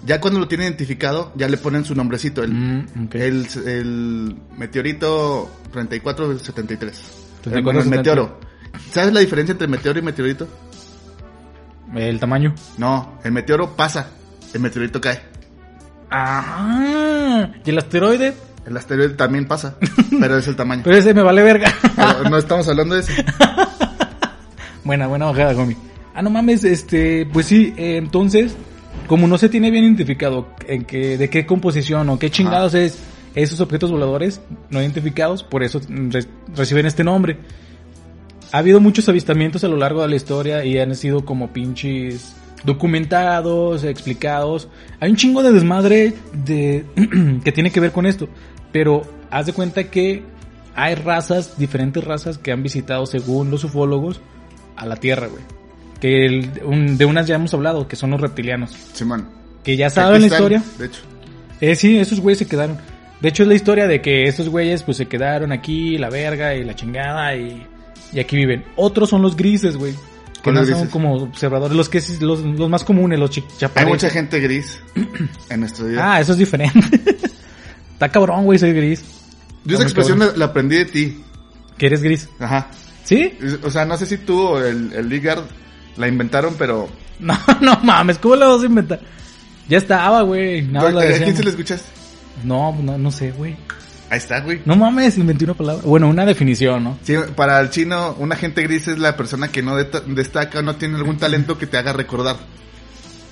C: Ya cuando lo tienen identificado, ya le ponen su nombrecito. El,
A: Mm, ok.
C: el, el meteorito 3473. El,
A: 34,
C: el meteoro. ¿Sabes la diferencia entre meteoro y meteorito?
A: El tamaño.
C: No, el meteoro pasa, el meteorito cae.
A: Ah, y el asteroide,
C: El asteroide también
A: [laughs]
C: pasa, pero es el tamaño.
A: pero ese me vale verga.
C: Pero no estamos hablando
A: [laughs]
C: de eso.
A: Buena, buena bajada, Gomi. Ah, no mames, este, pues sí, eh, entonces, como no se tiene bien identificado en que, de qué composición o qué chingados es esos objetos voladores no identificados, por eso mm, re- reciben este nombre. Ha habido muchos avistamientos a lo largo de la historia y han sido como pinches documentados, explicados. Hay un chingo de desmadre de [clears throat] que tiene que ver con esto, pero haz de cuenta que hay razas, diferentes razas que han visitado según los ufólogos a la Tierra, güey. Que el- un- de unas ya hemos hablado, que son los reptilianos,
C: Simón.
A: que ya
C: Aquí
A: saben la
C: están,
A: historia.
C: De hecho.
A: Eh, sí, esos güeyes se quedaron. De hecho, es la historia de que esos güeyes pues se quedaron aquí, la verga y la chingada y, y aquí viven. Otros son los grises, güey. Que
C: ¿Cuáles
A: no son
C: grises?
A: como observadores, los que es- los, los más comunes, los chi-
C: Hay
A: chaparritos.
C: mucha gente gris en nuestro día.
A: Ah, eso es diferente. [laughs] Está cabrón, güey, soy gris.
C: Yo esa
A: Ah,
C: expresión
A: cabrón.
C: la, la aprendí de ti.
A: Que eres gris.
C: Ajá.
A: ¿Sí? [laughs]
C: Es- O sea, no sé si tú o el, el Ligard la inventaron, pero...
A: No, no mames, ¿cómo la vas a inventar? Ya estaba, güey. nada más
C: ¿A
A: la
C: quién
A: decíamos.
C: se la escuchas?
A: No, no, no sé, güey.
C: Ahí está, güey.
A: No mames, inventé una palabra. Bueno, una definición, ¿no?
C: Sí, para el chino, una gente gris es la persona que no det- destaca o no tiene algún talento que te haga recordar.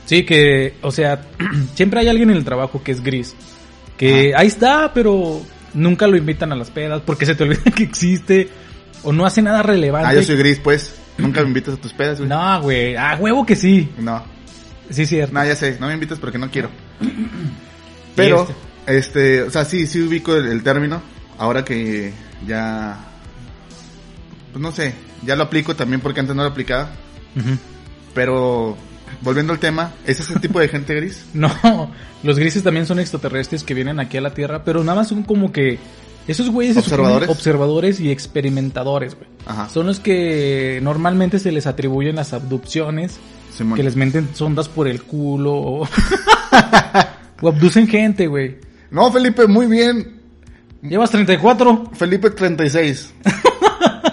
A: Sí, que, o sea, [clears throat] siempre hay alguien en el trabajo que es gris. Que ahí está, pero nunca lo invitan a las pedas porque se te olvida [laughs] que existe o no hace nada relevante.
C: Ah, yo soy gris, pues. Nunca me invitas a tus pedas, güey.
A: No, güey, a huevo que sí.
C: No.
A: Sí, cierto.
C: No, ya sé, no me invitas porque no
A: [clears throat]
C: quiero. Pero, este, o sea, sí, sí ubico el, el término. Ahora que ya. Pues no sé, ya lo aplico también porque antes no lo aplicaba.
A: Ujú.
C: Pero, volviendo al tema, ¿es ese tipo de gente gris?
A: No, los grises también son extraterrestres que vienen aquí a la Tierra, pero nada más son como que esos güeyes se suponen
C: Observadores.
A: observadores y experimentadores, güey.
C: Ajá.
A: Son los que normalmente se les atribuyen las abducciones [laughs]
C: Simón.
A: Que les meten sondas por el culo o, [laughs] o abducen gente, güey.
C: No, Felipe, muy bien.
A: Llevas 34. [laughs]
C: Felipe 36.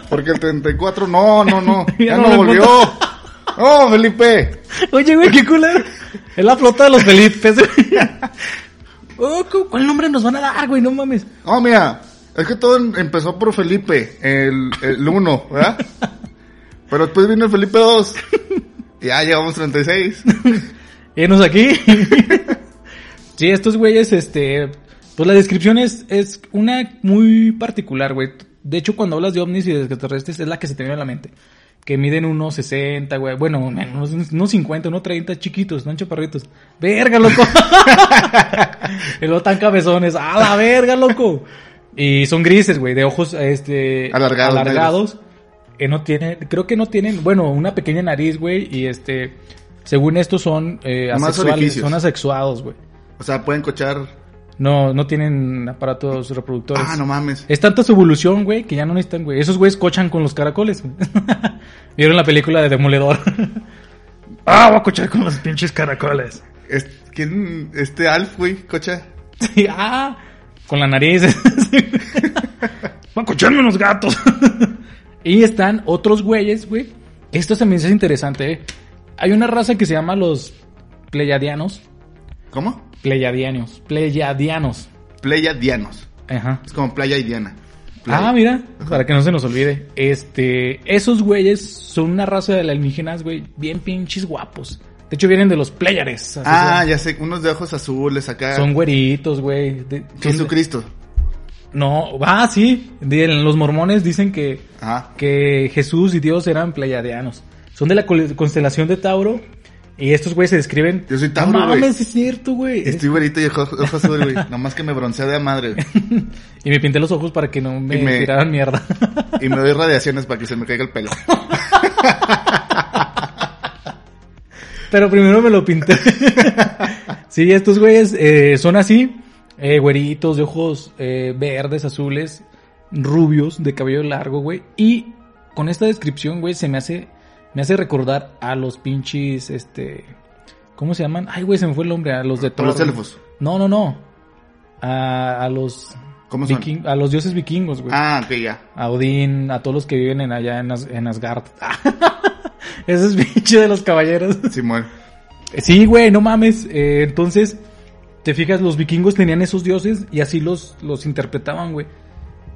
C: Porque el 34, no, no, no.
A: Ya
C: Ya
A: no
C: no
A: lo
C: volvió. No, Felipe.
A: Oye, güey, qué culero. El la flota de los Felipes. güey. [laughs] Oh, cu- ¿Cuál nombre nos van a dar, güey? No mames.
C: No, Oh, mira, es que todo em- empezó por Felipe, el, el 1, ¿verdad?
A: [laughs]
C: Pero después vino el Felipe 2. Ya llevamos 36.
A: Enos aquí. [laughs] sí, estos güeyes, este. Pues la descripción es, es una muy particular, güey. De hecho, cuando hablas de ovnis y de extraterrestres, es la que se te viene a la mente. Que miden unos 60, güey. Bueno, unos, unos 50, unos 30 chiquitos, no chaparritos. Verga, loco. [laughs] y luego tan cabezones. A la verga, loco. Y son grises, güey, de ojos este,
C: Alargados,
A: alargados. Eh, no tienen, creo que no tienen, bueno, una pequeña nariz, güey. Y este, según esto son eh,
C: Nomás
A: asexuales,
C: orificios.
A: son asexuados, güey.
C: O sea, pueden cochar.
A: No, no tienen aparatos reproductores.
C: Ah, no mames.
A: Es tanta su evolución, güey, que ya no necesitan, güey. Esos güeyes cochan con los caracoles. [laughs] güey. Vieron la película de Demoledor. [laughs] ah, voy a cochar con los pinches caracoles.
C: Es- ¿Quién? Este Alf, güey, cocha.
A: [laughs] Sí, ah, con la nariz. [laughs] Sí. Van a cocharme unos gatos. [laughs] y están otros güeyes, güey. Esto también es interesante, eh. Hay una raza que se llama los pleyadianos.
C: ¿Cómo?
A: Pleyadianos. Pleyadianos.
C: Playa Dianos.
A: Ajá.
C: Es como Playa y Diana. Playa.
A: Ah, mira, para que no se nos olvide. Este, esos güeyes son una raza de alienígenas, güey, bien pinches guapos. De hecho, vienen de los Pléyades. así
C: Ah, ya sé, unos de ojos azules acá.
A: son. Son güeritos, güey. de- son-
C: Jesucristo.
A: No, ah, sí. de- los mormones dicen que,
C: Ajá.
A: que Jesús y Dios eran pleiadianos. Son de la col- constelación de Tauro. Y estos güeyes se describen.
C: Yo soy
A: No
C: Tauro, güey.
A: mames, es cierto, güey.
C: Estoy güerito y ojo, ojo azul,
A: [laughs]
C: güey. Nomás que me broncea de madre. güey.
A: Y me pinté los ojos para que no me,
C: Y me-
A: tiraran mierda.
C: Y me doy radiaciones para que se me caiga
A: [laughs]
C: el pelo.
A: Pero primero me lo pinté. [laughs] sí, estos güeyes eh, son así, eh, güeritos, de ojos eh, verdes, azules, rubios, de cabello largo, güey. Y con esta descripción, güey, se me hace, me hace recordar a los pinches, este, ¿cómo se llaman? Ay, güey, se me fue el nombre, a los de
C: Por los
A: Thor.
C: elfos.
A: No, no, no. A, a los,
C: ¿Cómo son?
A: viking- a los dioses vikingos, güey.
C: Ah, ok, ya.
A: A Odín, a todos los que viven en allá en, As- en Asgard. [laughs] Ese es pinche de los caballeros.
C: Simón.
A: Sí, güey, no mames. Eh, entonces, te fijas, los vikingos tenían esos dioses y así los, los interpretaban, güey.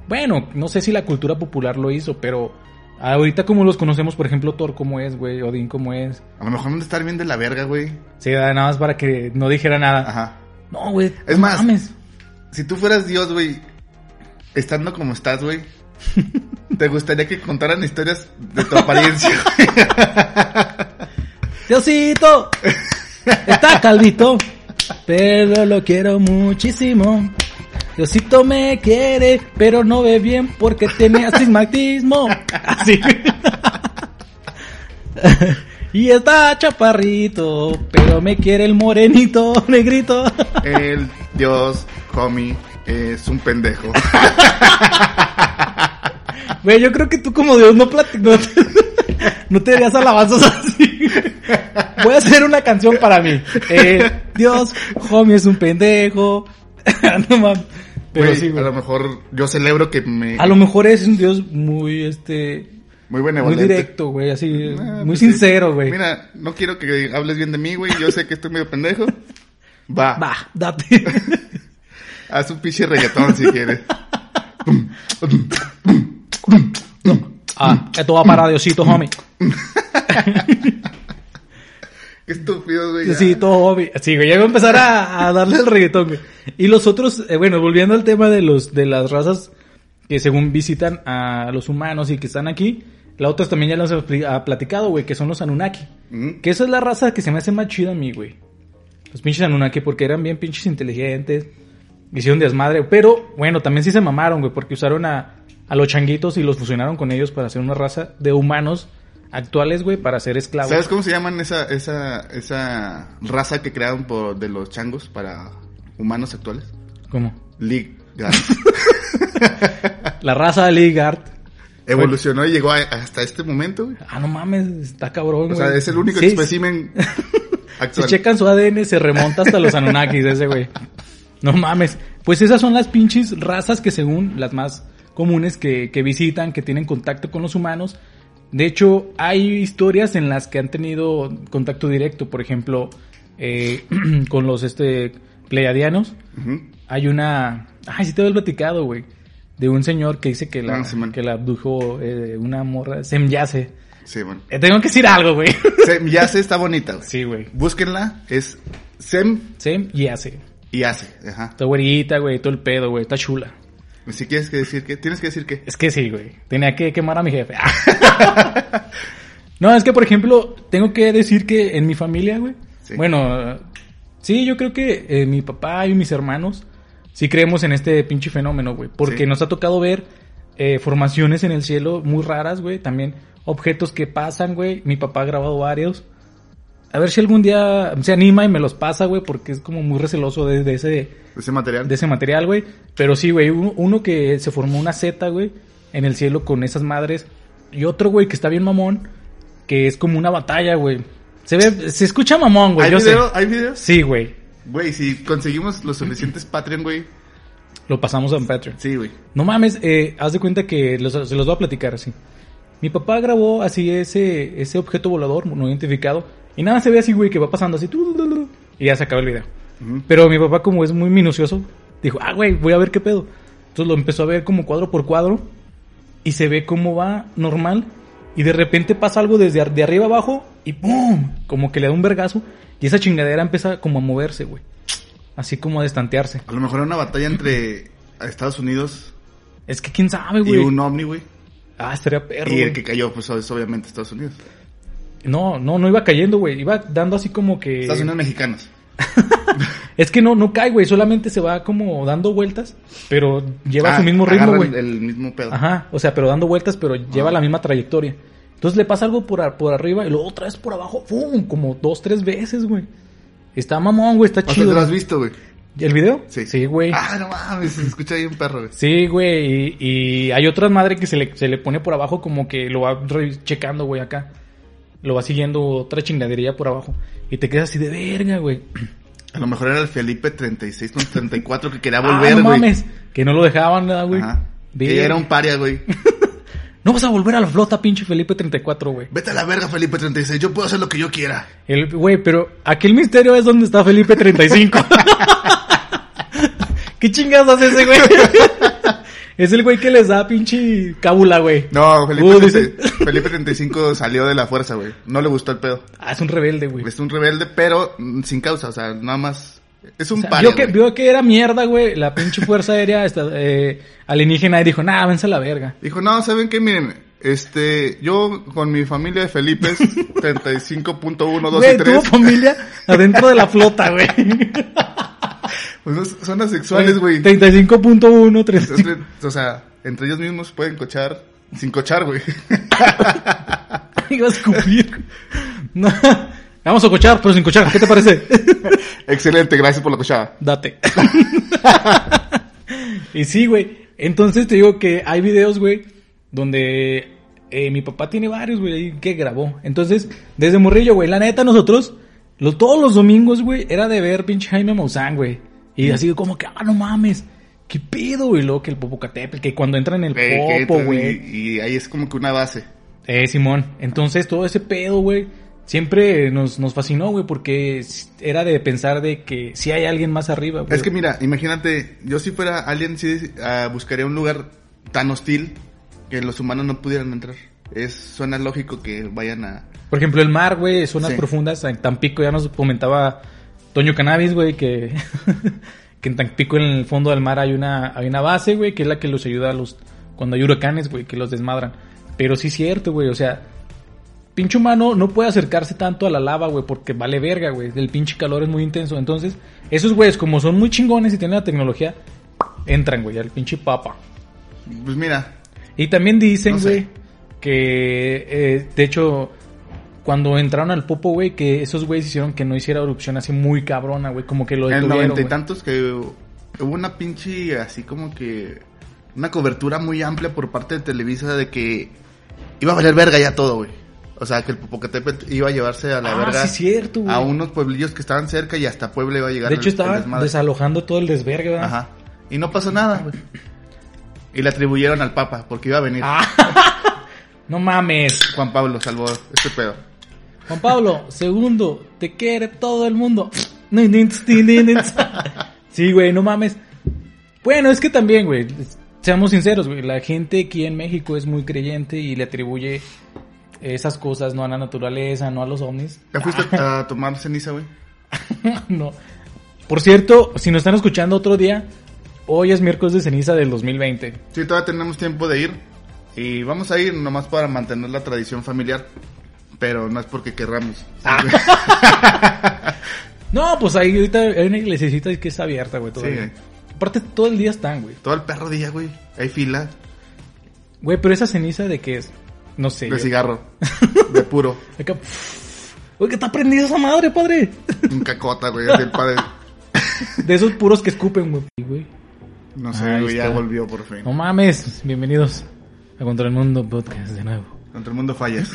A: Bueno, no sé si la cultura popular lo hizo, pero ahorita como los conocemos, por ejemplo, Thor como es, güey, Odín como es.
C: A lo mejor han de estar bien de la verga, güey.
A: Sí, nada más para que no dijera nada.
C: Ajá.
A: No, güey.
C: Es
A: no
C: más-
A: mames.
C: Si tú fueras Dios, güey, estando como
A: [laughs]
C: estás, güey, te gustaría que contaran historias de tu apariencia.
A: [laughs] Diosito, está caldito, pero lo quiero muchísimo. Diosito me quiere, pero no ve bien porque tiene astigmatismo. Así. [laughs] Y está chaparrito, pero me quiere el morenito, negrito.
C: El Dios, homie, es un pendejo.
A: Güey, yo creo que tú como Dios no plati- no te, [laughs] no te das alabanzas así. Voy a hacer una canción para mí. Eh, Dios, homie es un pendejo. [laughs] no mames. [laughs] Pero
C: Güey,
A: sí,
C: a
A: güey.
C: lo mejor yo celebro que me...
A: A lo mejor es un Dios muy, este,
C: Muy
A: muy
C: benevolente.
A: directo, güey, así,
C: Ah,
A: muy
C: pues sí.
A: sincero, güey.
C: Mira, no quiero que hables bien de mí, güey. Yo sé que estoy
A: [laughs]
C: medio pendejo. Va.
A: Va, date.
C: Haz un pinche reggaetón si
A: [laughs]
C: quieres.
A: Ah, esto va para Diosito, homie.
C: Qué estúpido, güey. ya.
A: Sí, todo obvio. Sí, güey, ya voy a empezar a, a darle el reggaetón, güey. Y los otros, eh, bueno, volviendo al tema de los de las razas que según visitan a los humanos y que están aquí, la otra también ya los he pli- ha platicado, güey, que son los Anunnaki.
C: Ujú.
A: Que esa es la raza que se me hace más chida a mí, güey. Los pinches Anunnaki, porque eran bien pinches inteligentes, hicieron desmadre, pero bueno, también sí se mamaron, güey, porque usaron a, a los changuitos y los fusionaron con ellos para hacer una raza de humanos actuales, güey, para ser esclavos.
C: ¿Sabes cómo se llaman esa, esa, esa raza que crearon por, de los changos para humanos actuales?
A: ¿Cómo?
C: League.
A: [laughs] La raza de Ligard.
C: Evolucionó y llegó a- hasta este momento, güey.
A: Ah, no mames, está cabrón,
C: O sea,
A: güey.
C: es el único
A: Sí,
C: espécimen
A: Si
C: [laughs] actual.
A: checan su ADN, se remonta hasta los Anunnakis, ese güey. No mames. Pues esas son las pinches razas que según las más comunes que, que visitan, que tienen contacto con los humanos. De hecho, hay historias en las que han tenido contacto directo, por ejemplo, eh, [clears throat] con los este, pleiadianos.
C: Ujú.
A: Hay una. Ay, sí te había platicado, güey. De un señor que dice que la,
C: Ah, Simón.
A: que la abdujo eh, una morra. Semyase.
C: Sí, bueno.
A: Eh, tengo que decir algo, güey. [laughs]
C: Sem y Ace está bonita, güey.
A: sí, güey.
C: Búsquenla, es Sem
A: Semyase.
C: y Ace. Ajá.
A: Está güerita, güey. Todo el pedo, güey. Está chula.
C: Si quieres que decir que, tienes que decir que.
A: Es que sí, güey. Tenía que quemar a mi jefe. [laughs] no, es que, por ejemplo, tengo que decir que en mi familia, güey.
C: Sí.
A: Bueno, sí, yo creo que eh, mi papá y mis hermanos sí creemos en este pinche fenómeno, güey. Porque
C: Sí.
A: nos ha tocado ver eh, formaciones en el cielo muy raras, güey. También objetos que pasan, güey. Mi papá ha grabado varios. A ver si algún día se anima y me los pasa, güey, porque es como muy receloso de, de ese
C: Ese material.
A: de ese material, güey. Pero sí, güey, uno, uno que se formó una Z, güey, en el cielo con esas madres. Y otro, güey, que está bien mamón, que es como una batalla, güey. Se ve, se escucha mamón, güey,
C: ¿Hay,
A: yo
C: video?
A: sé.
C: ¿Hay videos?
A: Sí, güey,
C: Güey, si conseguimos los suficientes Patreon, güey.
A: lo pasamos a Patreon.
C: Sí, güey.
A: No mames, eh, haz de cuenta que los- se los voy a platicar así. Mi papá grabó así ese, ese objeto volador no identificado. Y nada, se ve así, güey, que va pasando así. tu, tu, tu, Y ya se acaba el video.
C: Ujú.
A: Pero mi papá, como es muy minucioso, dijo, ah, güey, voy a ver qué pedo. Entonces lo empezó a ver como cuadro por cuadro. Y se ve cómo va normal. Y de repente pasa algo desde ar- de arriba abajo. Y ¡pum! Como que le da un vergazo. Y esa chingadera empieza como a moverse, güey. Así como a destantearse.
C: A lo mejor era una batalla entre Estados Unidos
A: Es que quién sabe,
C: y
A: güey.
C: un ovni, güey.
A: Ah, estaría perro.
C: Y
A: güey.
C: el que cayó, pues es obviamente Estados Unidos.
A: No, no, no iba cayendo, güey. Iba dando así como que.
C: Estados Unidos mexicanos.
A: Es que no, no cae, güey. Solamente se va como dando vueltas, pero lleva
C: Ah,
A: su mismo ritmo,
C: agarran
A: güey.
C: El Ah. mismo pedo.
A: Ajá, o sea, pero dando vueltas, pero lleva la misma trayectoria. Entonces le pasa algo por, ar- por arriba y luego otra vez por abajo. ¡Fum! Como dos, tres veces, güey. Está mamón, güey. Está
C: O sea,
A: chido.
C: ¿te lo has visto, güey?
A: ¿El video?
C: Sí.
A: güey.
C: Ah, no mames, se escucha ahí un perro, güey.
A: Sí, güey, y, y hay otras madre que se le, se le pone por abajo como que lo va re- checando, güey, acá. Lo va siguiendo otra chingadería por abajo. Y te quedas así de verga, güey.
C: A lo mejor era el Felipe 36 con 34 que quería
A: Ah,
C: volver,
A: no
C: güey.
A: mames, que no lo dejaban, nada, güey.
C: Ajá.
A: Verga.
C: Que era un paria, güey.
A: No vas a volver a la flota, pinche Felipe 34, güey.
C: Vete a la verga, Felipe 36. Yo puedo hacer lo que yo quiera.
A: El- Güey, pero aquel misterio es donde está Felipe 35. [laughs] ¿Qué chingados hace ese, güey? [laughs] es el güey que les da pinche cábula, güey.
C: No, Felipe,
A: Uh,
C: 36
A: dice- [laughs]
C: Felipe 35 salió de la fuerza, güey. No le gustó el pedo.
A: Ah, es un rebelde, güey.
C: Es un rebelde, pero mm, sin causa. O sea, nada más. Es un
A: O sea,
C: paria,
A: vio, que,
C: güey.
A: vio que era mierda, güey, la pinche fuerza aérea esta- eh, alienígena y dijo, nah, vence a la verga.
C: Dijo, no, ¿saben qué? Miren, este, yo con mi familia de Felipe
A: [laughs]
C: 35.1, 2 y
A: Güey, tuvo
C: 3.
A: familia adentro de la flota,
C: [laughs]
A: güey.
C: pues, no, son asexuales, güey.
A: 35.1, 35.
C: Entonces, O sea, entre ellos mismos pueden cochar sin cochar, güey. [laughs]
A: [laughs] Iba a escupir. No. Vamos a cochar, pero sin cochar. ¿Qué te parece?
C: Excelente, gracias por la cochada.
A: [laughs] Date. [laughs] y sí, güey. Entonces te digo que hay videos, güey, donde eh, mi papá tiene varios, güey, ahí que grabó. Entonces, desde Morrillo, güey, la neta, nosotros, lo- todos los domingos, güey, era de ver pinche Jaime Maussan, güey. Y así como que, ah, no mames, qué pedo, güey, luego que el Popocatépetl, que cuando entra en el
C: Güey, que
A: Popo,
C: entran
A: güey.
C: Y, y ahí es como que una base.
A: Eh, Simón. Entonces, todo ese pedo, güey, siempre nos, nos fascinó, güey, porque era de pensar de que si hay alguien más arriba, güey.
C: Es que mira, imagínate, yo si fuera alguien, sí ah, buscaría un lugar tan hostil que los humanos no pudieran entrar. Es, suena lógico que vayan a...
A: Por ejemplo, el mar, güey, zonas
C: Sí.
A: profundas. En Tampico ya nos comentaba Toño Cannabis, güey, que, [laughs] que en Tampico, en el fondo del mar, hay una, hay una base, güey, que es la que los ayuda a los. Cuando hay huracanes, güey, que los desmadran. Pero sí es cierto, güey, o sea. Pinche humano no puede acercarse tanto a la lava, güey, porque vale verga, güey. El pinche calor es muy intenso. Entonces, esos güeyes, como son muy chingones y tienen la tecnología, entran, güey, al pinche papa.
C: Pues mira,
A: Y también dicen,
C: No sé.
A: güey, que eh, de hecho, cuando entraron al popo, güey, que esos güeyes hicieron que no hiciera erupción así muy cabrona, güey, como que lo
C: en el
A: detuvieron.
C: noventa y
A: güey.
C: tantos que hubo una pinche así como que una cobertura muy amplia por parte de Televisa de que iba a valer verga ya todo, güey. O sea, que el Popocatépetl iba a llevarse a la
A: Ah,
C: verga
A: sí, cierto, güey.
C: a unos pueblillos que estaban cerca y hasta Puebla iba a llegar.
A: De
C: el-
A: hecho,
C: el
A: estaban
C: desmadre.
A: desalojando todo el desvergue, ¿verdad?
C: Ajá. Y no pasó nada, güey. Y le atribuyeron al Papa, porque iba a venir.
A: Ah, [laughs] no mames.
C: Juan Pablo salvó este pedo.
A: Juan Pablo, segundo, te quiere todo el mundo. [laughs] No inventes, no
C: [laughs]
A: inventes. Sí, güey, no mames. Bueno, es que también, güey, seamos sinceros, güey, la gente aquí en México es muy creyente y le atribuye esas cosas no a la naturaleza, no a los ovnis. [laughs]
C: ¿Ya fuiste
A: Ah.
C: a tomar ceniza, güey?
A: no. Por cierto, si nos están escuchando otro día, hoy es miércoles de ceniza del 2020.
C: Sí, todavía tenemos tiempo de ir. Y vamos a ir nomás para mantener la tradición familiar. Pero no es porque querramos.
A: No, pues ahí ahorita hay una iglesiecita que está abierta, güey,
C: Sí,
A: todavía.
C: güey.
A: Aparte, todo el día están, güey.
C: Todo el perro día, güey. Hay fila
A: Güey, pero esa ceniza de qué es? No sé.
C: de
A: yo- [laughs]
C: cigarro. De puro.
A: Acá- Güey, que está prendida esa madre, padre.
C: Un cacota, güey. así el padre.
A: De esos puros que escupen, güey. Sí, güey.
C: No sé,
A: Ahí
C: güey. Ya
A: está.
C: volvió por fin.
A: No mames, bienvenidos a Contra el Mundo Podcast de nuevo.
C: Contra el mundo
A: [laughs]
C: fallas.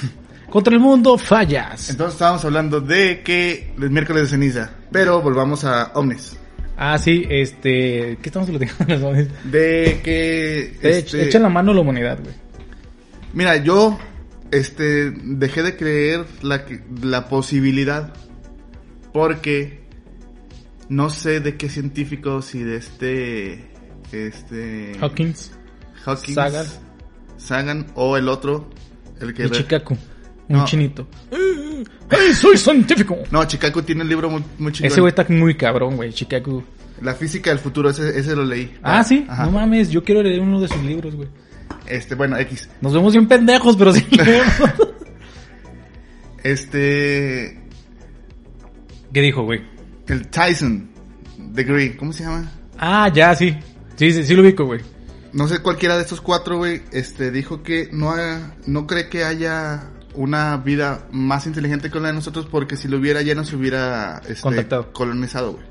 A: Contra el Mundo Fallas.
C: Entonces estábamos hablando de que el miércoles de ceniza. Pero volvamos a ovnis.
A: Ah, sí, este. ¿Qué estamos platicando? [laughs] los ovnis?
C: De que.
A: Echa
C: este,
A: echa la mano a la humanidad, güey.
C: Mira, yo este dejé de creer la, que- la posibilidad porque no sé de qué científico, si de este este
A: Hawkins,
C: Hawkins,
A: Sagan.
C: Sagan o el otro, el que
A: Michikaku, un
C: No.
A: chinito. ¡Ay, soy científico!
C: No, Chicago tiene un libro muy, muy chingón.
A: Ese güey está muy cabrón, güey, Chicago.
C: La física del futuro, ese, ese lo leí.
A: Ah, sí,
C: Ajá.
A: no mames, yo quiero leer uno de sus libros, güey.
C: Este, bueno, X.
A: Nos vemos bien pendejos, pero
C: [laughs]
A: sí. leemos.
C: Este
A: ¿Qué dijo, güey?
C: el Tyson Degree, ¿cómo se llama?
A: Ah, ya, sí. Sí, sí, sí lo ubico, güey.
C: No sé cualquiera de estos cuatro, güey, este, dijo que no, ha- no cree que haya una vida más inteligente que la de nosotros porque si lo hubiera ya nos hubiera este,
A: Contactado.
C: colonizado, güey.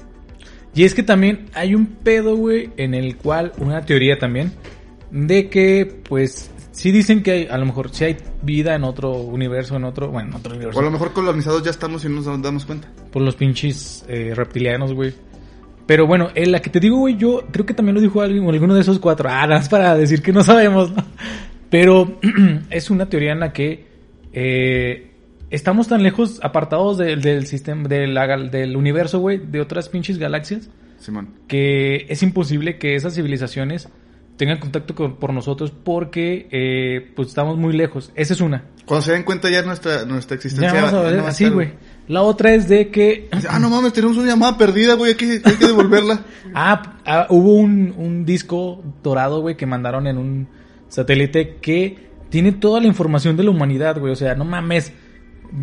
A: Y es que también hay un pedo, güey, en el cual, una teoría también, de que, pues, sí dicen que hay, a lo mejor sí hay vida en otro universo, en otro, bueno, en otro
C: O a lo
A: universo.
C: mejor colonizados ya estamos y no nos damos cuenta.
A: Por los pinches eh, reptilianos, güey. Pero bueno, en la que te digo, güey, yo creo que también lo dijo alguien, alguno de esos cuatro. Ah, nada más para decir que no sabemos, ¿no? Pero [clears throat] es una teoría en la que eh, estamos tan lejos, apartados del, del sistema, de la gal- del universo, güey, de otras pinches galaxias,
C: Simón.
A: que es imposible que esas civilizaciones tengan contacto con, por nosotros porque eh, pues estamos muy lejos. Esa es una.
C: Cuando se den cuenta ya nuestra,
A: Ya
C: nuestra existencia.
A: vamos a
C: ya
A: ver,
C: no va a
A: así,
C: estar,
A: güey. La otra es de que...
C: Dice, Ah, no mames, tenemos una llamada perdida, güey, hay que, hay
A: [laughs]
C: que devolverla.
A: Ah, ah, hubo un, un disco dorado, güey, que mandaron en un satélite que tiene toda la información de la humanidad, güey. O sea, no mames.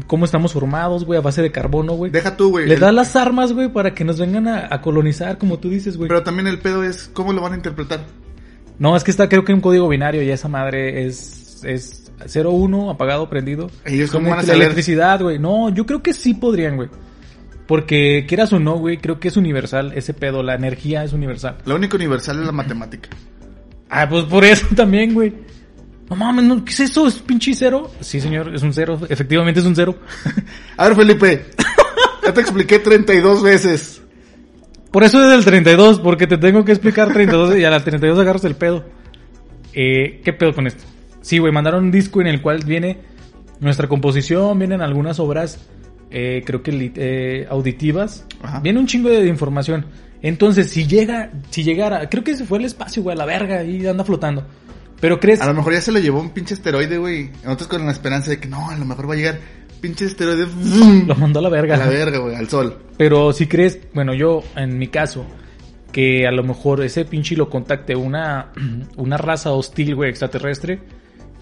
A: Cómo estamos formados, güey, a base de carbono, güey.
C: Deja tú, güey.
A: Les
C: el-
A: da las armas, güey, para que nos vengan a, a colonizar, como tú dices, güey.
C: Pero también el pedo es cómo lo van a interpretar.
A: No, es que está, creo que un código binario y esa madre es, es 01, apagado, prendido.
C: Ellos cómo
A: Como
C: van a
A: la
C: saber.
A: electricidad, güey. No, yo creo que sí podrían, güey. Porque quieras o no, güey, creo que es universal ese pedo. La energía es universal.
C: Lo único universal es la matemática.
A: Ah, pues por eso [laughs] también, güey. No mames, no, ¿qué es eso? ¿Es pinche cero? Sí, señor, es un cero. Efectivamente es un cero.
C: A ver, Felipe, [laughs] ya te expliqué 32 veces.
A: Por eso es el 32, porque te tengo que explicar 32 y a las 32 agarras el pedo. Eh, ¿Qué pedo con esto? Sí, güey, mandaron un disco en el cual viene nuestra composición, vienen algunas obras, eh, creo que lit- eh, auditivas.
C: Ajá.
A: Viene un chingo de información. Entonces, si llega, si llegara, creo que se fue el espacio, güey, a la verga, y anda flotando. Pero crees...
C: A lo mejor ya se lo llevó un pinche esteroide, güey. Nosotros con la esperanza de que no, a lo mejor va a llegar pinche esteroide ¡zum!
A: Lo mandó a la verga.
C: a la verga, güey, al sol.
A: Pero si crees, bueno, yo en mi caso, que a lo mejor ese pinche lo contacte una, [clears throat] una raza hostil, güey, extraterrestre,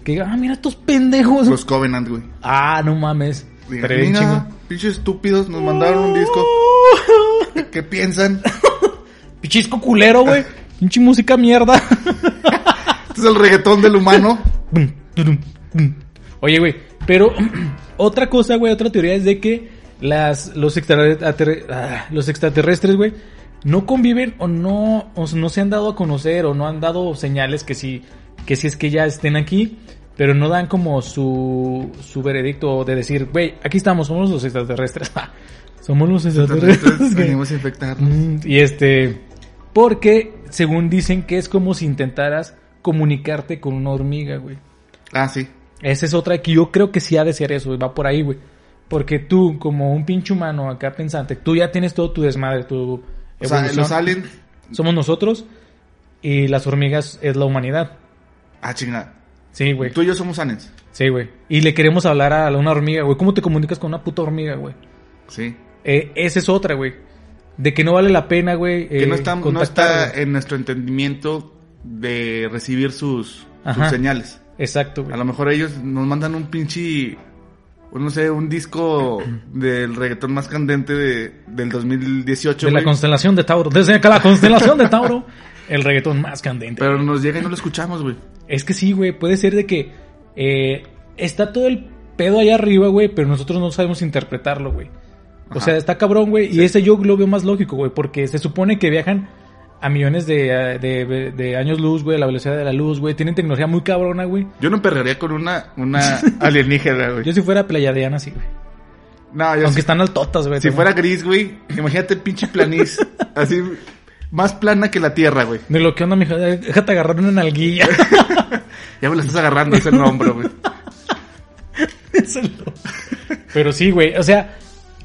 A: que diga, ah, mira estos pendejos.
C: Los Covenant, güey.
A: Ah, no mames.
C: Diga,
A: Estaría bien
C: mira,
A: chingo.
C: pinches estúpidos, nos mandaron un
A: [laughs]
C: disco. ¿Qué piensan?
A: Pichisco culero, güey.
C: [laughs]
A: Pinche música mierda.
C: Este es el reggaetón del humano.
A: Bum, tudum, bum. Oye, güey, pero [clears throat] otra cosa, güey, otra teoría es de que las, los, extraterre- ah, los extraterrestres, güey, no conviven o no, o no se han dado a conocer o no han dado señales que sí, que si es que ya estén aquí, pero no dan como su, su veredicto de decir, güey, aquí estamos, somos los extraterrestres. [laughs] somos [laughs] los extraterrestres.
C: Entonces,
A: güey.
C: venimos a infectar.
A: Mm, Y este, porque según dicen que es como si intentaras comunicarte con una hormiga, güey.
C: Ah, sí.
A: Esa es otra que yo creo que sí ha de ser eso, güey, va por ahí, güey. Porque tú, como un pinche humano acá pensante, tú ya tienes todo tu desmadre, tu
C: O sea,
A: evolución.
C: los aliens.
A: Somos nosotros y las hormigas es la humanidad.
C: Ah, chingada.
A: Sí, güey.
C: Tú y yo somos aliens.
A: Sí, güey. Y le queremos hablar a la- una hormiga, güey. ¿Cómo te comunicas con una puta hormiga, güey?
C: Sí.
A: Eh, esa es otra, güey. De que no vale la pena, güey.
C: Que
A: eh,
C: no está, no
A: contactar,
C: está
A: güey.
C: en nuestro entendimiento de recibir sus,
A: Ajá.
C: sus señales.
A: Exacto,
C: A
A: güey.
C: lo mejor ellos nos mandan un pinche, o no sé, un
A: [clears throat]
C: disco del reggaetón más candente de, del 2018.
A: De la
C: güey.
A: constelación de Tauro. Desde que la constelación de Tauro, el reggaetón más candente.
C: pero nos llega y no lo escuchamos, güey.
A: Es que sí, güey. Puede ser de que eh, está todo el pedo allá arriba, güey, pero nosotros no sabemos interpretarlo, güey. O
C: Ajá.
A: sea, está cabrón, güey. Y ese yo lo veo más lógico, güey, porque se supone que viajan a millones de, eh, de- de años luz, güey, a la velocidad de la luz, güey. Tienen tecnología muy cabrona, güey.
C: Yo no perrearía con una,
A: [laughs]
C: una alienígena, güey.
A: Yo si fuera playadiana, sí, güey.
C: No, yo
A: Aunque
C: si,
A: están altotas, güey.
C: si
A: también.
C: fuera gris, güey, imagínate
A: [laughs]
C: pinche planiz, así, más plana que la tierra, güey.
A: De lo que onda, mija, déjate agarrar una nalguilla.
C: Ya me la estás agarrando ese
A: [laughs]
C: hombro, güey.
A: Eso no. [laughs] Pero sí, güey. O sea,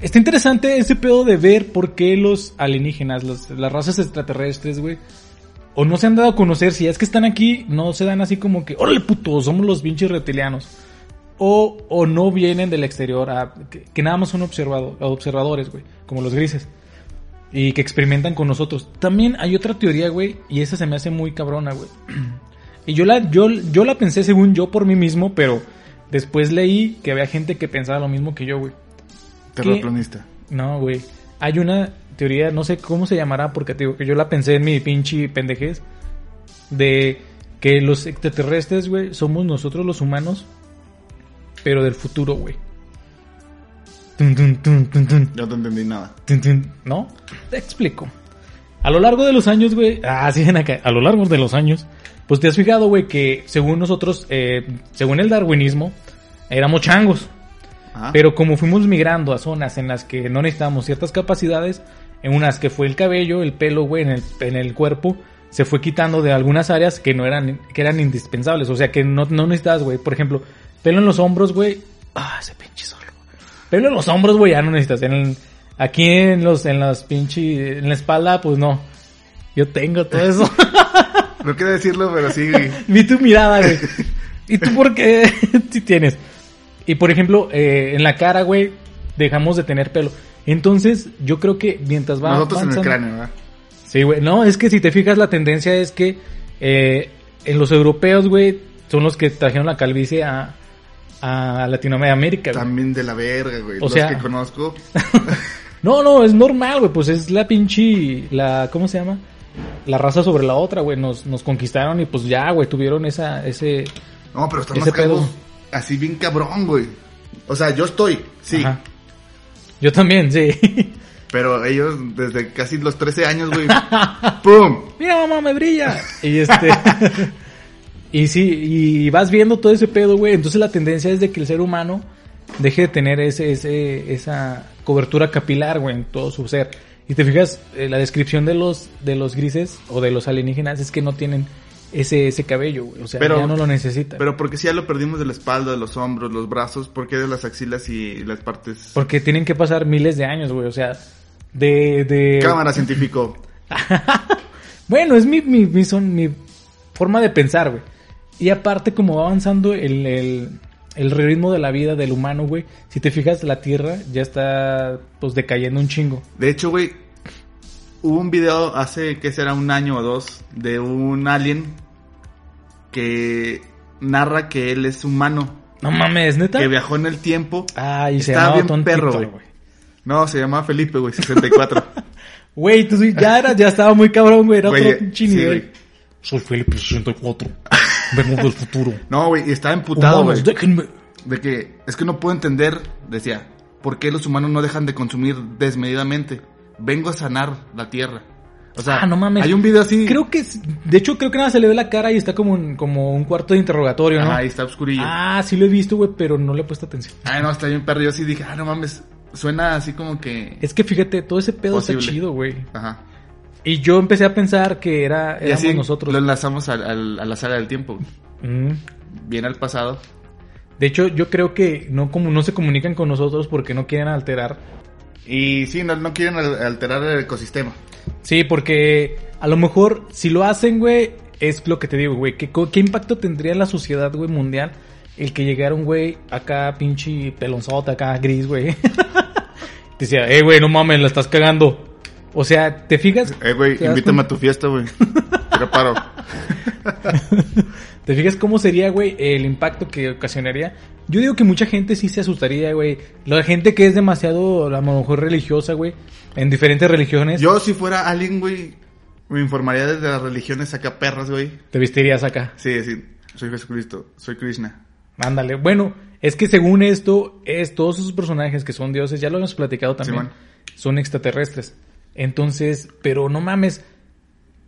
A: está interesante ese pedo de ver por qué los alienígenas, los- las razas extraterrestres, güey, o no se han dado a conocer. Si es que están aquí, no se dan así como que, órale puto, somos los pinches reptilianos. O, o no vienen del exterior, a- que, que nada más son observado, observadores, güey, como los grises. Y que experimentan con nosotros. También hay otra teoría, güey, y esa se me hace muy cabrona, güey. Y yo la, yo, yo la pensé según yo por mí mismo, pero después leí que había gente que pensaba lo mismo que yo, güey.
C: Terraplanista.
A: No, güey. Hay una teoría, no sé cómo se llamará, porque te digo que yo la pensé en mi pinche pendejez, de que los extraterrestres, güey, somos nosotros los humanos, pero del futuro, güey. Tun, tun, tun, tun, tun.
C: Yo no entendí nada.
A: Tin, tin. ¿No? Te explico. A lo largo de los años, güey. Ah, sí, ven acá. A lo largo de los años. Pues te has fijado, güey, que según nosotros, eh, según el darwinismo, éramos changos.
C: Ajá.
A: Pero como fuimos migrando a zonas en las que no necesitábamos ciertas capacidades, en unas que fue el cabello, el pelo, güey, en el, en el cuerpo, se fue quitando de algunas áreas que no eran, que eran indispensables. O sea, que no, no necesitabas, güey. Por ejemplo, pelo en los hombros, güey. Ah, ese pinche solo. Pelo en los hombros, güey, ya no necesitas. En el- aquí en los, en las pinche, en la espalda, pues no. Yo tengo todo eso.
C: No quiero decirlo, pero
A: [laughs]
C: sí, güey.
A: Vi tu mirada,
C: [laughs]
A: güey. ¿Y tú por qué [laughs] si tienes? Y por ejemplo, eh, en la cara, güey, dejamos de tener pelo. Entonces, yo creo que mientras va
C: Nosotros en el
A: avanzando-
C: cráneo, ¿verdad?
A: Sí, güey. No, es que si te fijas, la tendencia es que eh, en los europeos, güey, son los que trajeron la calvicie a, a Latinoamérica. güey.
C: También de la verga, güey.
A: O
C: Los
A: sea-
C: que conozco.
A: No, no, es normal, güey. Pues es la pinche. La, ¿Cómo se llama? La raza sobre la otra, güey. Nos, nos conquistaron y pues ya, güey, tuvieron esa, ese.
C: No, pero están
A: Ese
C: más calvos.
A: pedo.
C: Así bien cabrón, güey. O sea, yo estoy, sí.
A: Ajá. Yo también, sí.
C: Pero ellos desde casi los 13
A: [laughs]
C: años, güey. ¡Pum!
A: mira mamá, me brilla. [laughs] Y este. y sí, y vas viendo todo ese pedo, güey. Entonces la tendencia es de que el ser humano deje de tener ese, ese, esa cobertura capilar, güey, en todo su ser. Y te fijas, eh, la descripción de los, de los grises o de los alienígenas es que no tienen ese, ese cabello, güey. O sea,
C: Pero-
A: ya no lo necesitan.
C: Pero porque si ya lo perdimos de la espalda, de los hombros, los brazos, ¿por qué de las axilas y las partes?
A: porque tienen que pasar miles de años, güey. O sea, de, de...
C: Cámara científico.
A: Bueno, es mi, mi, mi son- mi forma de pensar, güey. Y aparte, como va avanzando el, el, el ritmo de la vida del humano, güey. Si te fijas, la Tierra ya está, pues, decayendo un chingo.
C: De hecho, güey, hubo un video hace, que será? Un año o dos, de un alien que narra que él es humano,
A: No mames, ¿neta?
C: que viajó en el tiempo.
A: Ah, y se
C: Está
A: llamaba
C: bien
A: Tom
C: perro,
A: Tito,
C: güey. No, se llamaba Felipe, güey, 64.
A: Güey, tú sí- ya, era, ya estaba muy cabrón, güey. [laughs] Era
C: Güey,
A: otro pinche
C: sí,
A: nivel.
C: güey.
A: Soy Felipe 64. Vengo del futuro.
C: No, güey, y estaba emputado, güey.
A: Humanos, déjenme.
C: De que es que no puedo entender, decía, por qué los humanos no dejan de consumir desmedidamente. Vengo a sanar la tierra. O sea,
A: Ah, no mames.
C: hay un video así.
A: Creo que, es- de hecho, creo que nada se le ve la cara y está como un, como un cuarto de interrogatorio, ¿no?
C: Ajá, ahí está obscurillo. Ah.
A: Ah, sí lo he visto, güey, pero no le he puesto atención.
C: no, está bien perro. Yo sí dije, ah, no mames. Suena así como que.
A: Es que fíjate, todo ese pedo
C: Posible.
A: está chido, güey.
C: Ajá.
A: Y yo empecé a pensar que era,
C: Y
A: éramos
C: así
A: nosotros.
C: lo enlazamos al- al- a la sala del tiempo.
A: Mm.
C: Viene al pasado.
A: De hecho, yo creo que no, como, no se comunican con nosotros porque no quieren alterar.
C: Y sí, no, no quieren al- alterar el ecosistema.
A: Sí, porque a lo mejor si lo hacen, güey, es lo que te digo, güey. ¿Qué, co- qué impacto tendría en la sociedad, güey, mundial? El que llegara un güey acá, pinche pelonzota, acá, gris, güey. [laughs] Decía, eh, güey, no mames, la estás cagando. O sea, ¿te fijas?
C: Eh, güey,
A: ¿Te das
C: invítame
A: cuenta?
C: a tu
A: [laughs]
C: fiesta, güey. Pero paro.
A: ¿Te fijas cómo sería, güey, el impacto que ocasionaría? Yo digo que mucha gente sí se asustaría, güey. La gente que es demasiado, a lo mejor, religiosa, güey, en diferentes religiones,
C: Yo, si fuera alguien, güey, me informaría desde las religiones acá perras, güey.
A: te vestirías acá.
C: Sí, sí, soy Jesucristo, soy Krishna.
A: Ándale. Bueno, es que según esto, es todos esos personajes que son dioses, ya lo hemos platicado también,
C: Simón.
A: son extraterrestres. Entonces, pero no mames.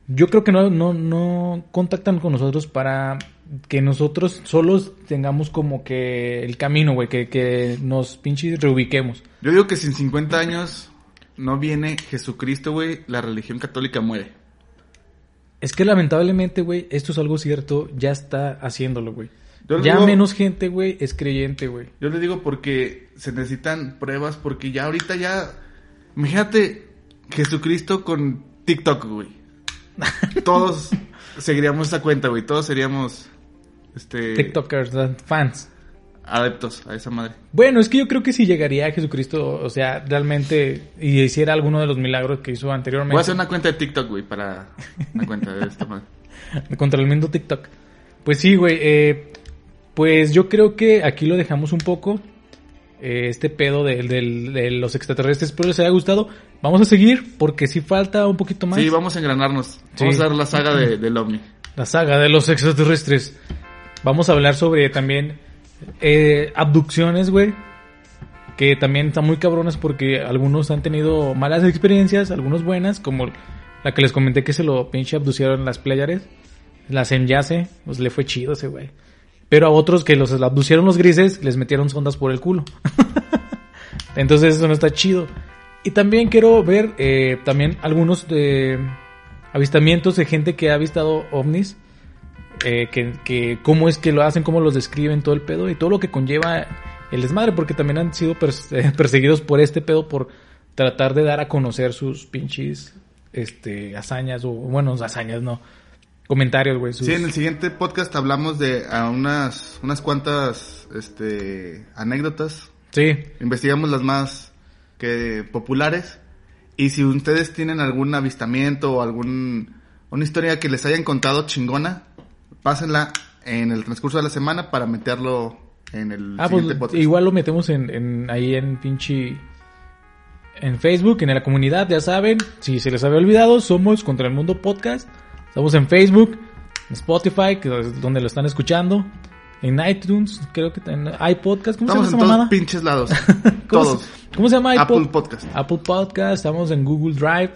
A: Yo creo que no, no, no contactan con nosotros para que nosotros solos tengamos como que el camino, güey, que, que nos pinches reubiquemos.
C: Yo digo que si en 50 años no viene Jesucristo, güey, la religión católica muere.
A: Es que lamentablemente, güey, esto es algo cierto, ya está haciéndolo, güey.
C: Yo
A: Ya
C: digo-
A: menos gente, güey, es creyente, güey.
C: Yo le digo porque se necesitan pruebas, porque ya ahorita ya... Imagínate Jesucristo con TikTok, güey. Todos seguiríamos esa cuenta, güey. Todos seríamos... Este...
A: TikTokers, fans.
C: Adeptos a esa madre.
A: Bueno, es que yo creo que si llegaría a Jesucristo, o sea, realmente, y hiciera alguno de los milagros que hizo
C: Voy a
A: anteriormente
C: hacer una cuenta de TikTok, güey, para... Una cuenta de esta madre.
A: contra el mundo TikTok. Pues sí, güey. eh, pues yo creo que aquí lo dejamos un poco. eh, este pedo del- del- de, los extraterrestres. Espero les haya gustado. Vamos a seguir porque sí falta un poquito más.
C: Sí, vamos a engranarnos. Vamos
A: Sí.
C: a ver la saga de, del ovni.
A: La saga de los extraterrestres. Vamos a hablar sobre también eh, abducciones, güey. Que también están muy cabronas porque algunos han tenido malas experiencias, algunos buenas, como la que les comenté que se lo pinche abducieron en las playares. Las enyace, pues le fue chido ese güey. Pero a otros que los abducieron los grises, les metieron sondas por el
C: [laughs]
A: culo. Entonces eso no está chido. Y también quiero ver eh, también algunos eh, avistamientos de gente que ha avistado ovnis. eh, que, que cómo es que lo hacen, cómo los describen, todo el pedo y todo lo que conlleva el desmadre, porque también han sido perse- [laughs] eh, perseguidos por este pedo por tratar de dar a conocer sus pinches este, hazañas, o bueno, hazañas no, comentarios, güey. sus-
C: Sí, en el siguiente podcast hablamos de a unas, unas cuantas este, anécdotas.
A: sí,
C: Investigamos las más que populares. Y si ustedes tienen algún avistamiento o algún una historia que les hayan contado chingona, pásenla en el transcurso de la semana para meterlo en el
A: Ah, pues
C: siguiente podcast.
A: igual lo metemos en, en- ahí en pinche en Facebook, en la comunidad, ya saben, si se les había olvidado, somos Contra el Mundo Podcast. Estamos en Facebook, en Spotify, que es donde lo están escuchando, en iTunes, creo que en iPodcast, ¿cómo
C: Estamos
A: se llama esa
C: en todos
A: mamada?
C: pinches lados.
A: [laughs] ¿Cómo,
C: todos.
A: se- cómo se llama iPod?
C: Apple Podcast.
A: Apple Podcast, estamos en Google Drive.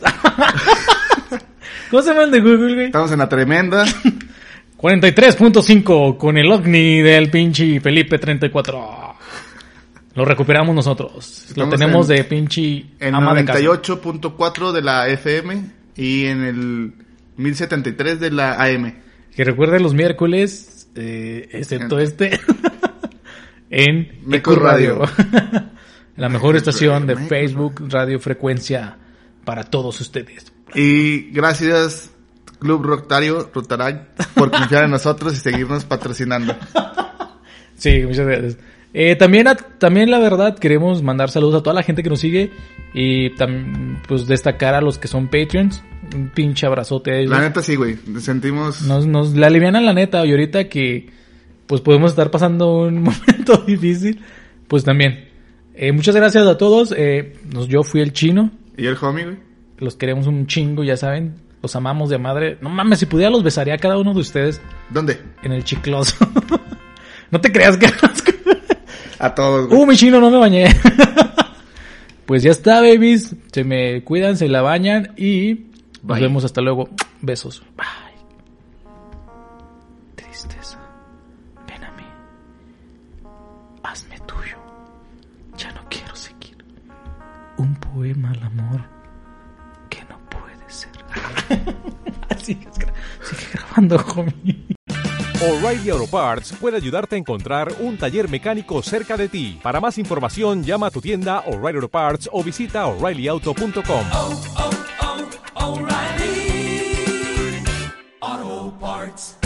A: [laughs] ¿Cómo se llama el de Google, güey?
C: Estamos en la tremenda.
A: 43.5 con el ovni del pinche Felipe 34. Lo recuperamos nosotros. Lo
C: Estamos
A: tenemos
C: en-
A: de pinche
C: En
A: ama de casa.
C: 98.4 de la FM y en el 1073 de la AM.
A: Que recuerde los miércoles, eh, excepto este, [laughs] en
C: Meco Radio.
A: [laughs] La mejor estación de
C: Meco
A: Facebook Radio Frecuencia para todos ustedes.
C: Y gracias Club Rotario Rotaray por confiar en nosotros y seguirnos patrocinando.
A: Sí, muchas gracias. Eh, también, a- también la verdad queremos mandar saludos a toda la gente que nos sigue y tam- pues destacar a los que son Patreons. Un pinche abrazote a ellos.
C: La neta sí, güey. Nos Sentimos...
A: Nos, nos la alivianan la neta y ahorita que pues podemos estar pasando un [laughs] momento difícil, pues también. Eh, muchas gracias a todos. Eh, nos, yo fui el chino.
C: ¿Y el homie, güey?
A: Los queremos un chingo, ya saben. Los amamos de madre. No mames, si pudiera los besaría a cada uno de ustedes
C: ¿Dónde?
A: en el chicloso. [laughs] no te creas que...
C: A todos, güey.
A: Uh, mi chino, no me bañé. [laughs] pues ya está, babies. Se me cuidan, se la bañan y nos
C: Bye.
A: vemos hasta luego. Besos. Bye. Tristeza. Ven a mí. Hazme tuyo. Ya no quiero seguir. Un poema al amor que no puede ser. [laughs] Sigue grabando, homie.
D: O'Reilly Auto Parts puede ayudarte a encontrar un taller mecánico cerca de ti. Para más información, llama a tu tienda O'Reilly Auto Parts o visita oreillyauto.com.
E: oh, oh, O'Reilly. Auto Parts.